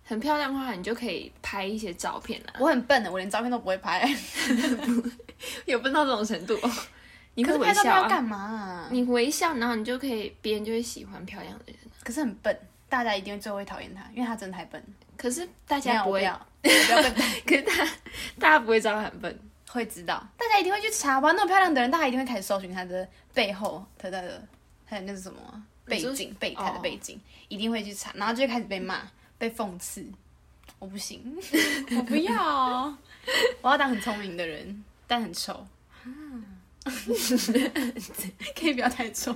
Speaker 1: 很漂亮的话，你就可以拍一些照片啊啦。
Speaker 2: 我很笨的，我连照片都不会拍。
Speaker 1: 也不知道这种程 度、哦，你
Speaker 2: 可
Speaker 1: 会
Speaker 2: 是
Speaker 1: 微
Speaker 2: 拍照片
Speaker 1: 笑、
Speaker 2: 要
Speaker 1: 啊，
Speaker 2: 干嘛啊？
Speaker 1: 你微笑，然后你就可以，别人就会喜欢漂亮的人。
Speaker 2: 可是很笨，大家一定最后会讨厌他，因为他真的太笨。
Speaker 1: 可是大
Speaker 2: 没有
Speaker 1: 家不
Speaker 2: 我不
Speaker 1: 会，
Speaker 2: 要， 我不要笨蛋，
Speaker 1: 可是大大家不会知道他很笨。
Speaker 2: 会知道，大家一定会去查吧。那么漂亮的人，大家一定会开始搜寻他的背后，他的还有那是什么啊背
Speaker 1: 你说
Speaker 2: 景，背
Speaker 1: 哦
Speaker 2: 他的背景，一定会去查，然后就会开始被骂、被讽刺。我 不行，我不要， 我要当很聪明的人，但很丑。
Speaker 1: 啊
Speaker 2: 可以不要太丑，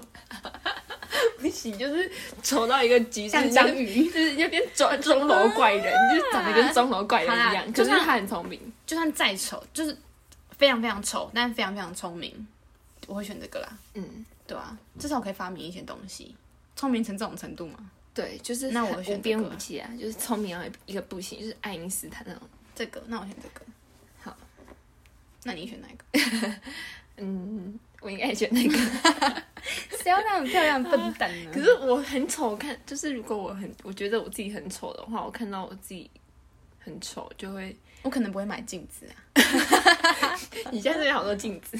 Speaker 1: 不行，就是丑到一个极致，
Speaker 2: 像
Speaker 1: 就
Speaker 2: 章
Speaker 1: 是
Speaker 2: 鱼。
Speaker 1: 就是有点钟 钟楼怪人，就是长得跟钟楼怪人一
Speaker 2: 好
Speaker 1: 样。
Speaker 2: 啦
Speaker 1: 可
Speaker 2: 就是算
Speaker 1: 他很聪明，
Speaker 2: 就算再丑，就是非常非常丑，但非常非常聪明，我会选这个啦。
Speaker 1: 嗯，
Speaker 2: 对啊，至少我可以发明一些东西，聪明成这种程度嘛？
Speaker 1: 对，就是
Speaker 2: 那我
Speaker 1: 很
Speaker 2: 选
Speaker 1: 无边
Speaker 2: 这个
Speaker 1: 无际啊，就是聪明到一个不行，就是爱因斯坦那种。
Speaker 2: 这个，那我选这个。
Speaker 1: 好，
Speaker 2: 那你选哪一个？
Speaker 1: 嗯，我应该选那个。
Speaker 2: 谁要那种漂亮笨蛋 呢？
Speaker 1: 可是我很丑，看就是如果我很，我觉得我自己很丑的话，我看到我自己很丑，就会
Speaker 2: 我可能不会买镜子啊。
Speaker 1: 你现在这边好多镜子，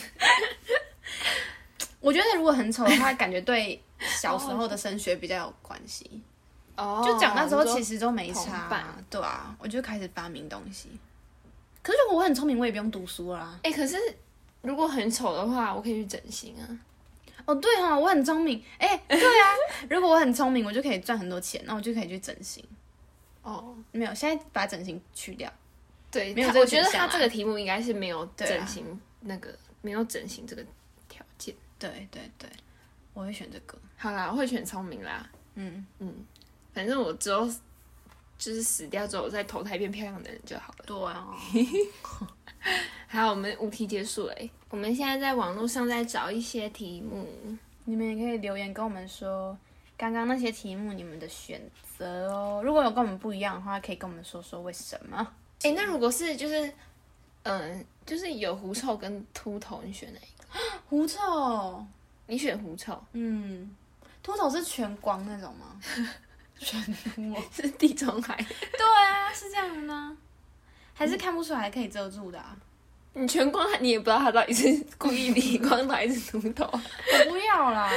Speaker 2: 我觉得如果很丑的话，感觉对小时候的升学比较有关系。
Speaker 1: 哦
Speaker 2: 就长大之后其
Speaker 1: 实
Speaker 2: 实都没差
Speaker 1: 同
Speaker 2: 啊
Speaker 1: 伴，
Speaker 2: 对啊，我就开始发明东西。可是如果我很聪明，我也不用读书啊啦。
Speaker 1: 哎、可是如果很丑的话，我可以去整形啊。
Speaker 2: 哦，对哦，我很聪明。哎、对啊， 如果我很聪明，我就可以赚很多钱，那我就可以去整形。
Speaker 1: 哦，
Speaker 2: 没有，现在把整形去掉。
Speaker 1: 对，
Speaker 2: 没有
Speaker 1: 他
Speaker 2: 这
Speaker 1: 我
Speaker 2: 个
Speaker 1: 觉得
Speaker 2: 选项
Speaker 1: 他
Speaker 2: 啊
Speaker 1: 这个题目应该是没有
Speaker 2: 对啊
Speaker 1: 整形那个，没有整形这个条件。
Speaker 2: 对对对，我会选这个。
Speaker 1: 好啦，我会选聪明啦。
Speaker 2: 嗯，
Speaker 1: 嗯，反正我之后就是死掉之后，我再投胎变漂亮的人就好了。
Speaker 2: 对啊，
Speaker 1: 好，我们五题结束了欸。我们现在在网络上再找一些题目。
Speaker 2: 你们也可以留言跟我们说刚刚那些题目你们的选择哦。如果有跟我们不一样的话，可以跟我们说说为什么。
Speaker 1: 哎、那如果是就是，嗯，就是有狐臭跟秃头，你选哪一个？
Speaker 2: 狐臭，
Speaker 1: 你选狐臭，
Speaker 2: 嗯，秃头是全光那种吗？全光？
Speaker 1: 是地中海。
Speaker 2: 对啊，是这样的吗？还是看不出来可以遮住的、啊？
Speaker 1: 你全光，你也不知道他到底是故意理光头还是秃头。
Speaker 2: 我不要 啦，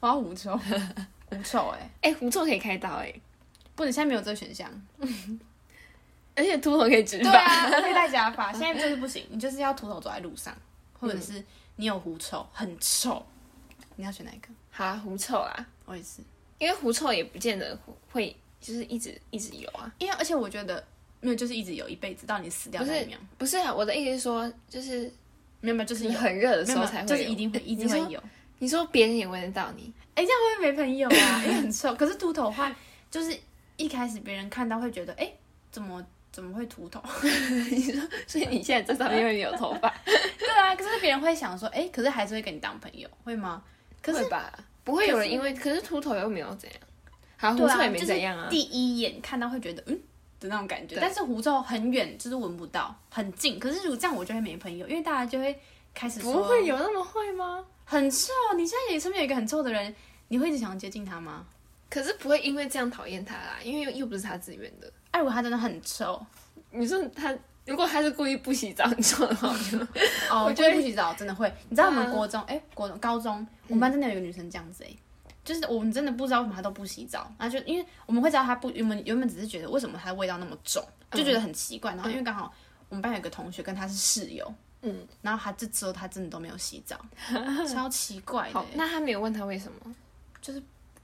Speaker 2: 我要狐臭，狐臭哎、
Speaker 1: 哎、狐臭可以开刀哎、
Speaker 2: 不能现在没有这个选项。
Speaker 1: 而且秃头可以植
Speaker 2: 对
Speaker 1: 发。
Speaker 2: 啊，我可以戴假发，现在就是不行，你就是要秃头走在路上，或者是你有狐臭，很臭，你要选哪一个？
Speaker 1: 好啊，狐臭啦，
Speaker 2: 我也是，
Speaker 1: 因为狐臭也不见得会就是一直一直有啊。
Speaker 2: 因为而且我觉得没有，就是一直有一辈子到你死掉
Speaker 1: 不
Speaker 2: 那
Speaker 1: 是
Speaker 2: 一秒，
Speaker 1: 不是啊，我的意思是说，就是
Speaker 2: 没有没有，就是
Speaker 1: 你
Speaker 2: 有，
Speaker 1: 很热的
Speaker 2: 没
Speaker 1: 时
Speaker 2: 有
Speaker 1: 候
Speaker 2: 没
Speaker 1: 才
Speaker 2: 有
Speaker 1: 会
Speaker 2: 就是
Speaker 1: 有
Speaker 2: 一定会一
Speaker 1: 你
Speaker 2: 定
Speaker 1: 说
Speaker 2: 会有。
Speaker 1: 你说别人也闻得到你，
Speaker 2: 哎，这样会不会没朋友啊？因为很臭，可是秃头的话，就是一开始别人看到会觉得，哎，怎么怎么会秃头？
Speaker 1: 所以你现在这上面会有头发，
Speaker 2: 对啊，可是别人会想说，哎，可是还是会跟你当朋友，会吗？ 可是
Speaker 1: 会吧？不会有
Speaker 2: 可
Speaker 1: 人
Speaker 2: 是
Speaker 1: 因为可是秃头又没有怎样，好，
Speaker 2: 对
Speaker 1: 狐
Speaker 2: 啊
Speaker 1: 臭也没怎样啊
Speaker 2: 就。是第一眼看到会觉得嗯的那种感觉，
Speaker 1: 对
Speaker 2: 但是狐臭很远，就是闻不到，很近。可是如果这样，我就会没朋友，因为大家就会开始说
Speaker 1: 不会有那么坏吗？
Speaker 2: 很臭。你现在也身边有一个很臭的人，你会一直想要接近他吗？
Speaker 1: 可是不会因为这样讨厌他啦，因为又又不是他自愿的。
Speaker 2: 哎、如果他真的很臭，
Speaker 1: 你说他如果他是故意不洗澡，你说的话，我就我
Speaker 2: 哦，我
Speaker 1: 觉
Speaker 2: 觉
Speaker 1: 得
Speaker 2: 得不洗澡真的会。你知道我
Speaker 1: 对
Speaker 2: 们
Speaker 1: 啊嗯
Speaker 2: 国中，哎、国中、高中，我们班真的有一个女生这样子、哎、就是我们真的不知道为什么她都不洗澡，然后就因为我们会知道她不，我们原本只是觉得为什么她的味道那么重，就
Speaker 1: 嗯
Speaker 2: 觉得很奇怪。然后因为刚好我们班有一个同学跟她是室友，
Speaker 1: 嗯，
Speaker 2: 然后她这之后她真的都没有洗 澡，超奇怪的、
Speaker 1: 好。
Speaker 2: 哎
Speaker 1: 那他没有问他为什么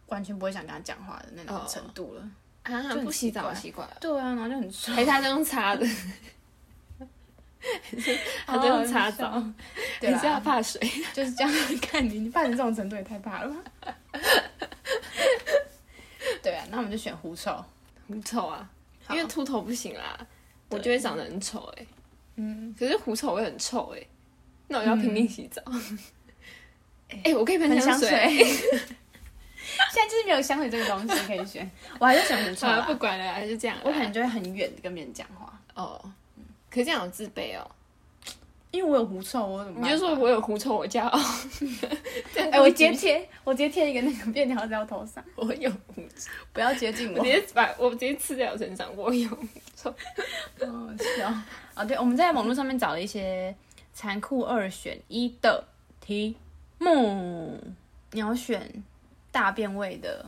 Speaker 2: 完全不会想跟她讲话的那
Speaker 1: 哦
Speaker 2: 种程度了。
Speaker 1: 啊？
Speaker 2: 就很
Speaker 1: 不洗
Speaker 2: 奇怪
Speaker 1: 澡习惯了，
Speaker 2: 对啊，然后就很 臭，
Speaker 1: 还是他都用擦的，他都用擦澡， 啊
Speaker 2: 好好笑，对啊
Speaker 1: 你是他
Speaker 2: 啦，
Speaker 1: 怕 水？
Speaker 2: 就是这样看你，你怕成这种程度也太怕了吧。对啊，那我们就选狐臭。
Speaker 1: 狐臭啊，因
Speaker 2: 好
Speaker 1: 为秃头不行啦，我就会长得很丑哎、
Speaker 2: 嗯，
Speaker 1: 欸 可是狐臭会很臭哎、那我要拼命洗澡。哎、我可以嗯喷
Speaker 2: 喷
Speaker 1: 香
Speaker 2: 香水
Speaker 1: 水。。
Speaker 2: 现在就是没有香水这个东西可以选，我还是选狐臭
Speaker 1: 好了，啊
Speaker 2: 啦
Speaker 1: 不。管了，就这样啦。
Speaker 2: 我可能就会很远的跟别人讲话，
Speaker 1: 哦，可是这样有自卑哦。
Speaker 2: 因为我有狐臭，我怎么办？
Speaker 1: 你就说我有狐臭，我骄傲。这样
Speaker 2: 哎、我
Speaker 1: 不
Speaker 2: 直接
Speaker 1: 行
Speaker 2: 贴，我直接贴一个那个便条在我头上，
Speaker 1: 我有狐臭，
Speaker 2: 不要接近
Speaker 1: 我
Speaker 2: 我
Speaker 1: 直。接把我直接刺在我身上，我有狐臭。
Speaker 2: 哦，是哦。啊，对，我们在网络上面找了一些残酷二选一的题目，你要选大便味的。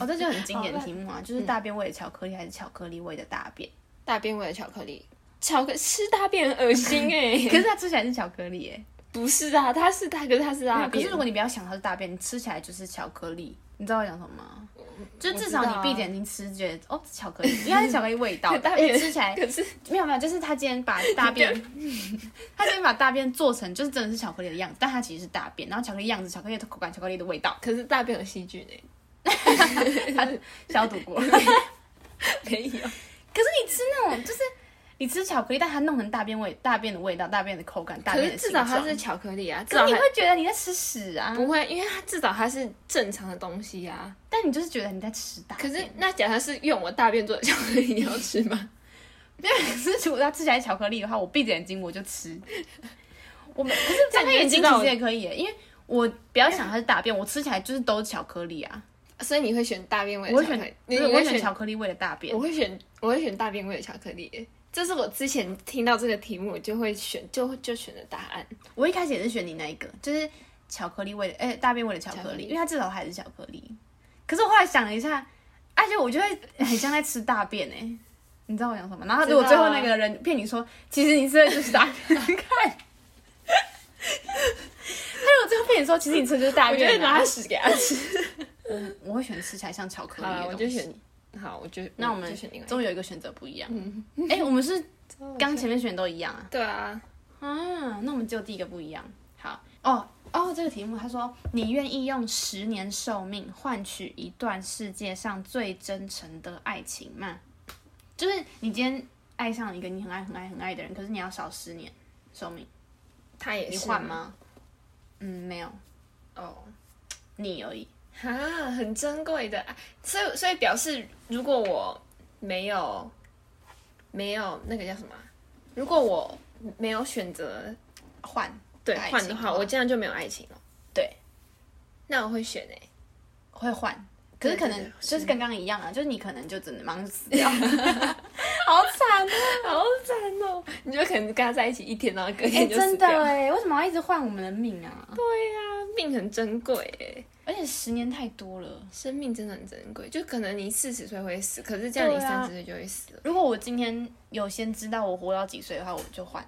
Speaker 2: 哦，这就很经典的题目啊，
Speaker 1: 嗯
Speaker 2: 就是大便味的巧克力还是巧克力味的大 便？
Speaker 1: 大便味的巧克力，巧克吃大便很恶心哎、
Speaker 2: 可是它吃起来是巧克力耶、
Speaker 1: 不是啊，它是它，可是它是
Speaker 2: 没
Speaker 1: 大
Speaker 2: 有可
Speaker 1: 便。
Speaker 2: 是如果你不要想它是大便，你吃起来就是巧克力，你知道我讲什么吗？就至少
Speaker 1: 我知道啊
Speaker 2: 你闭着眼睛吃，觉得哦，是巧克力，因为它是巧克力味道，
Speaker 1: 可 大
Speaker 2: 而
Speaker 1: 便
Speaker 2: 且吃起来
Speaker 1: 可是
Speaker 2: 没有没有，就是他今天把大便， 他今天把大便做成就是真的是巧克力的样子，但它其实是大便，然后巧克力样子、巧克力的口感、巧克力的味道，
Speaker 1: 可是大便有细菌哎、
Speaker 2: 它是消毒 过。可是
Speaker 1: 没有。
Speaker 2: 你吃那种就是你吃巧克力，但它弄成大便味、大便的味道、大便的口感、大
Speaker 1: 可
Speaker 2: 便
Speaker 1: 是
Speaker 2: 的
Speaker 1: 至
Speaker 2: 形
Speaker 1: 少
Speaker 2: 状，
Speaker 1: 它是巧克力啊，至
Speaker 2: 可
Speaker 1: 少
Speaker 2: 是你
Speaker 1: 它
Speaker 2: 会觉得你在吃屎啊，
Speaker 1: 不会，因为它至少它是正常的东西啊。
Speaker 2: 但你就是觉得你在吃大
Speaker 1: 可
Speaker 2: 便。
Speaker 1: 是那假设是用我大便做的巧克力，你要吃吗？
Speaker 2: 可是如果它吃起来是巧克力的话，我闭着眼睛我就吃。我们可是
Speaker 1: 这
Speaker 2: 睁
Speaker 1: 样
Speaker 2: 开
Speaker 1: 你就
Speaker 2: 眼睛
Speaker 1: 知道
Speaker 2: 其
Speaker 1: 我
Speaker 2: 实也可以耶，因为我不要想它是大便，我吃起来就是都是巧克力啊。
Speaker 1: 所以你会选大便味
Speaker 2: 我
Speaker 1: 的
Speaker 2: 会
Speaker 1: 巧克
Speaker 2: 选
Speaker 1: 力？，
Speaker 2: 不
Speaker 1: 你
Speaker 2: 是
Speaker 1: 你
Speaker 2: 我会
Speaker 1: 会
Speaker 2: 选巧克力味的大便
Speaker 1: 我。会选，我会选大便味的巧克力耶。这是我之前听到这个题目我就会选，就就选的答案。
Speaker 2: 我一开始也是选你那一个，就是巧克力味的，哎、大便味的巧克
Speaker 1: 巧克力
Speaker 2: 力，因为它至少还是巧克力。可是我后来想了一下，而且我就会很像在吃大便哎、你知道我讲什么？然后如果
Speaker 1: 知
Speaker 2: 最
Speaker 1: 道啊
Speaker 2: 后那个人骗你说，其实你吃的就是大便，看。 他如果最后骗你说，其实你吃的就是大
Speaker 1: 我就会
Speaker 2: 便、啊，
Speaker 1: 拿屎给他吃。
Speaker 2: 我我会选吃起来像巧克力
Speaker 1: 好
Speaker 2: 的
Speaker 1: 了，我
Speaker 2: 东
Speaker 1: 就
Speaker 2: 西
Speaker 1: 选。好，我就
Speaker 2: 那我
Speaker 1: 就
Speaker 2: 们
Speaker 1: 选另外一个。嗯
Speaker 2: 终于有一个选择不一样。 哎、我 们是刚前面选都一样啊。
Speaker 1: 对啊，
Speaker 2: 啊，那我们就第一个不一样。好哦哦，这个题目他说，你愿意用十年寿命换取一段世界上最真诚的爱情吗？就是你今天爱上一个你很爱很爱很爱的人，可是你要少十年寿命，
Speaker 1: 他也
Speaker 2: 你
Speaker 1: 哎是
Speaker 2: 换？吗？嗯，没有，
Speaker 1: 哦，
Speaker 2: 你而已。
Speaker 1: 哈，很珍贵的爱，所以所以表示，如果我没有没有那个叫什么啊，如果我没有选择
Speaker 2: 换
Speaker 1: 对
Speaker 2: 爱情
Speaker 1: 换的话，
Speaker 2: 吗
Speaker 1: 我这样就没有爱情了。
Speaker 2: 对，
Speaker 1: 那我会选哎、
Speaker 2: 会换，可是
Speaker 1: 对
Speaker 2: 可
Speaker 1: 对
Speaker 2: 能
Speaker 1: 对
Speaker 2: 就是是跟刚刚一样啊，就是你可能就只能忙着 死掉， 好惨啊！
Speaker 1: 好惨哦！你就可能跟他在一起一天，然后隔
Speaker 2: 哎、
Speaker 1: 天就死
Speaker 2: 真
Speaker 1: 掉。
Speaker 2: 的哎，为什么要一直换我们的命啊？
Speaker 1: 对呀、命很珍贵哎，
Speaker 2: 而且十年太多了。
Speaker 1: 生命真的很珍贵。就可能你四十岁会死，可是这样你
Speaker 2: 对啊
Speaker 1: 三十岁就会死了。
Speaker 2: 如果我今天有先知道我活到几岁的话，我就换。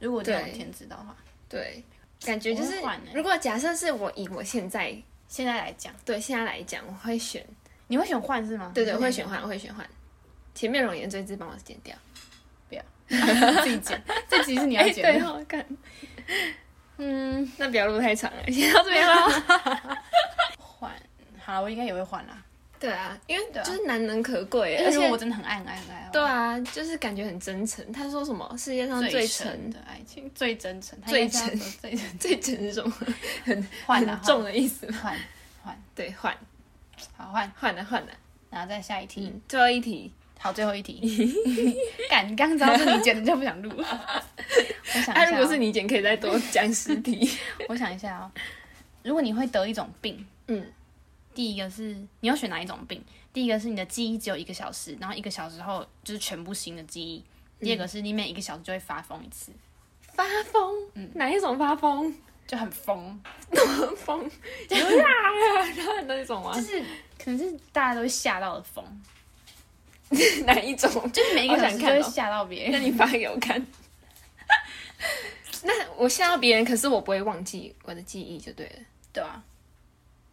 Speaker 2: 如果我今天有先知道的话，
Speaker 1: 对，感觉就是
Speaker 2: 我会换欸，
Speaker 1: 如果假设是我以我现在
Speaker 2: 现在来讲，
Speaker 1: 对现在来讲，我会选，
Speaker 2: 你会选换是吗？
Speaker 1: 对对，我会选换，我会选换。前面容颜追字帮我剪掉，
Speaker 2: 自己剪，这集是你要
Speaker 1: 哎
Speaker 2: 剪
Speaker 1: 对，
Speaker 2: 的。
Speaker 1: 好好看。
Speaker 2: 嗯，
Speaker 1: 那不要录太长了，先到这边啦。
Speaker 2: 换，好，我应该也会换啦。
Speaker 1: 对啊，因为
Speaker 2: 对啊
Speaker 1: 就是难能可贵欸，
Speaker 2: 而
Speaker 1: 而
Speaker 2: 且
Speaker 1: 且
Speaker 2: 我真的很爱很爱很爱。哦
Speaker 1: 对，啊，就是感觉很真诚。他说什么世界上最
Speaker 2: 最
Speaker 1: 诚
Speaker 2: 诚的爱情，最真诚，他
Speaker 1: 最
Speaker 2: 应该是要说最 诚，
Speaker 1: 最诚是什么？
Speaker 2: 换啦
Speaker 1: 很重的意思吗？
Speaker 2: 换换，
Speaker 1: 对，啊换
Speaker 2: 好换，
Speaker 1: 换了换了。
Speaker 2: 然后再下一题。
Speaker 1: 嗯，最后一题，
Speaker 2: 好，最后一 题。敢，你刚刚知道是你剪的，就不想录。 我想一
Speaker 1: 啊，
Speaker 2: 下
Speaker 1: 如
Speaker 2: 哦
Speaker 1: 果是你剪，可以再多讲十题。
Speaker 2: 我想一下哦，如果你会得一种病，
Speaker 1: 嗯，
Speaker 2: 第一个是你要选哪一种病？第一个是你的记忆只有一个小时，然后一个小时后就是全部新的记忆；第二个是你每一个小时就会发疯一次，
Speaker 1: 发疯，哪一种发疯？
Speaker 2: 就很疯，
Speaker 1: 疯，就是啊，然后那种啊
Speaker 2: 就，是哦可能是大家都会吓到的疯，
Speaker 1: 哪一种？
Speaker 2: 就是每一个小时就
Speaker 1: 好想看
Speaker 2: 会
Speaker 1: 哦
Speaker 2: 吓到别
Speaker 1: 那
Speaker 2: 人。
Speaker 1: 你发给我看。 那我吓到别人，可是我不会忘记我的记忆就对了。
Speaker 2: 对啊，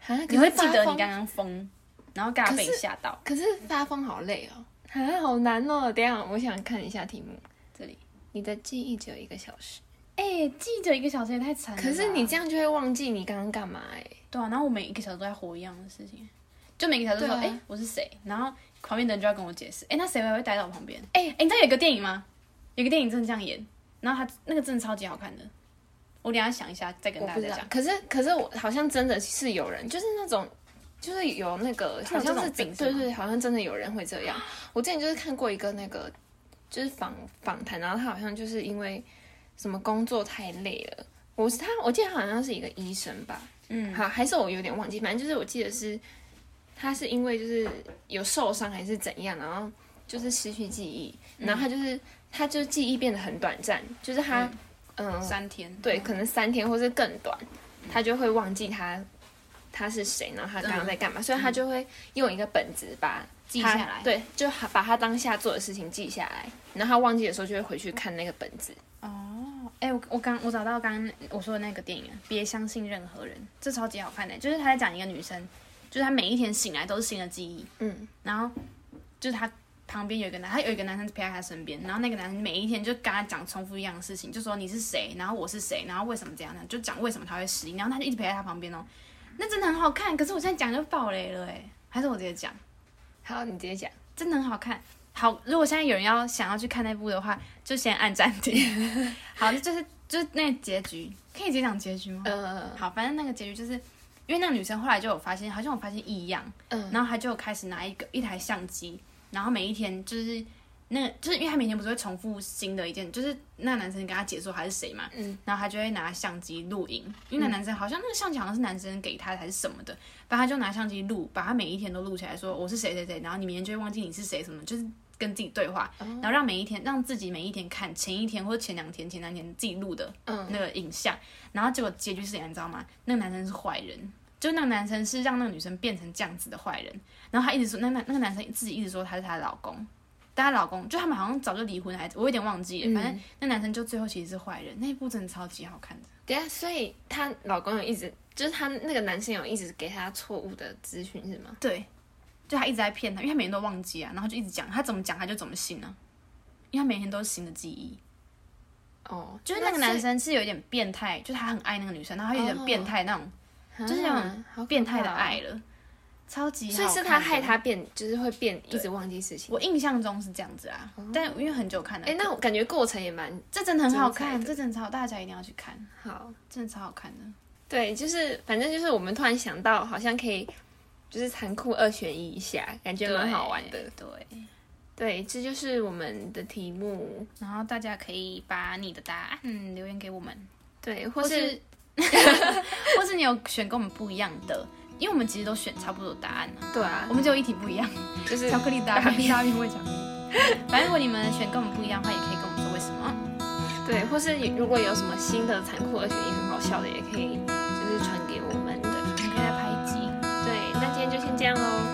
Speaker 1: 啊，可
Speaker 2: 你
Speaker 1: 是
Speaker 2: 会记
Speaker 1: 发
Speaker 2: 得你
Speaker 1: 疯
Speaker 2: 刚刚疯，然后刚刚被
Speaker 1: 可是
Speaker 2: 吓到
Speaker 1: 可是发疯好累哦，啊，好难哦。等一下我想看一下题目。
Speaker 2: 这里。
Speaker 1: 你的记忆只有一个小时，
Speaker 2: 哎、记着一个小时也太惨了吧。
Speaker 1: 可是你这样就会忘记你刚刚干嘛哎、
Speaker 2: 对啊，然后我每一个小时都在活一样的事情，就每个小时都说，哎、
Speaker 1: 对啊
Speaker 2: 我是谁，然后旁边的人就要跟我解释，哎、那谁会会待在我旁边？哎、哎、你知道有个电影吗？有个电影真的这样演，然后他那个真的超级好看的，我等一下想一下再跟
Speaker 1: 我
Speaker 2: 大
Speaker 1: 不知
Speaker 2: 家
Speaker 1: 道
Speaker 2: 讲。。
Speaker 1: 可是可是我好像真的是有人，就是那种。就是有那个，
Speaker 2: 他
Speaker 1: 好
Speaker 2: 有这
Speaker 1: 像
Speaker 2: 种
Speaker 1: 是
Speaker 2: 病是
Speaker 1: 对
Speaker 2: 吗
Speaker 1: 对，好像真的有人会这样。我之前就是看过一个那个，就是访访谈，然后他好像就是因为什么工作太累了，我是他，我记得他好像是一个医生吧，
Speaker 2: 嗯，
Speaker 1: 好，还是我有点忘记，反正就是我记得是他是因为就是有受伤还是怎样，然后就是失去记忆，然后他就是、他就记忆变得很短暂，就是他嗯、
Speaker 2: 三天。
Speaker 1: 对，可能三天或是更短，他就会忘记他他是谁，然后他刚刚在干嘛，所以他就会用一个本子把
Speaker 2: 记
Speaker 1: 他
Speaker 2: 下来
Speaker 1: 对，就把他当下做的事情记下来，然后他忘记的时候就会回去看那个本子。
Speaker 2: 哦，哎、我我刚我找到刚刚我说的那个电影了，别相信任何人，这超级好看的，就是他在讲一个女生，就是她每一天醒来都是新的记忆，
Speaker 1: 嗯，
Speaker 2: 然后就是她旁边有一个男，她有一个男生陪在她身边，然后那个男生每一天就跟她讲重复一样的事情，就说你是谁，然后我是谁，然后为什么这样呢？就讲为什么他会失忆，然后他就一直陪在她旁边哦，那真的很好看，可是我现在讲就爆雷了哎，还是我直接讲。
Speaker 1: 好，你直接讲。
Speaker 2: 真的很好看。好，如果现在有人要想要去看那部的话，就先按暂停。 好，那就是就是那个结局，可以直接讲结局吗？
Speaker 1: 呃，
Speaker 2: 好，反正那个结局就是，因为那个女生后来就有发现，好像有发现异样，
Speaker 1: 嗯
Speaker 2: 然后她就开始拿一个一台相机，然后每一天就是那就是因为她每天不是会重复新的一件，就是那个男生跟她解说他是谁嘛，
Speaker 1: 嗯，
Speaker 2: 然后她就会拿相机录影，因为那男生好像那个相机好像是男生给她的还是什么的，反正她就拿相机录，把她每一天都录起来说我是谁谁谁，然后你明天就会忘记你是谁什么，就是跟自己对话，然后让每一天让自己每一天看前一天或前两天前三天自己录的
Speaker 1: 嗯
Speaker 2: 那个影像，然后结果结局是怎样，你知道吗？那个男生是坏人，就那个男生是让那个女生变成这样子的坏人，然后他一直说，那那那个男生自己一直说他是她的老公，但她老公就他们好像早就离婚还是我有点忘记了，反正那男生就最后其实是坏人，那一部真的超级好看的，
Speaker 1: 等一下，啊所以她老公有一直，就是她那个男生有一直给她错误的资讯是吗？
Speaker 2: 对，就他一直在骗他，因为他每天都忘记啊，然后就一直讲，他怎么讲他就怎么信啊，因为他每天都是新的记忆。
Speaker 1: 哦，
Speaker 2: 就是哦那个男
Speaker 1: 生
Speaker 2: 生是有一点变态，就是他很爱那个女生，然后他有点变态那种，就是那
Speaker 1: 啊
Speaker 2: 种变态的爱，了，哦超级好
Speaker 1: 哦所以
Speaker 2: 看
Speaker 1: 是他害
Speaker 2: 的。
Speaker 1: 她变，就是会变一直忘记事情。
Speaker 2: 我印象中是这样子啊，但因为很久看了，
Speaker 1: 哎，那我感觉过程也蛮
Speaker 2: 这真的很好
Speaker 1: 精
Speaker 2: 看，
Speaker 1: 彩的
Speaker 2: 这真的超，大家一定要去看，
Speaker 1: 好。
Speaker 2: 真的超好看的。
Speaker 1: 对，就是反正就是我们突然想到，好像可以就是残酷二选一一下，感觉蛮好玩的。
Speaker 2: 对，对
Speaker 1: 对，这就是我们的题目。
Speaker 2: 然后大家可以把你的答案留言给我们，
Speaker 1: 对，
Speaker 2: 或
Speaker 1: 或是
Speaker 2: 是或是你有选跟我们不一样的，因为我们其实都选差不多答案了、
Speaker 1: 对啊
Speaker 2: 我，们只有一题不一样。
Speaker 1: 就是
Speaker 2: 巧克力搭配搭配会巧克力。反正如果你们选跟我们不一样的话，也可以跟我们说为什么。
Speaker 1: 对，或是如果有什么新的残酷二选一很好笑的，也可以就是传给我们的。
Speaker 2: 我们可以来拍一集。
Speaker 1: 对，那今天就先这样喽，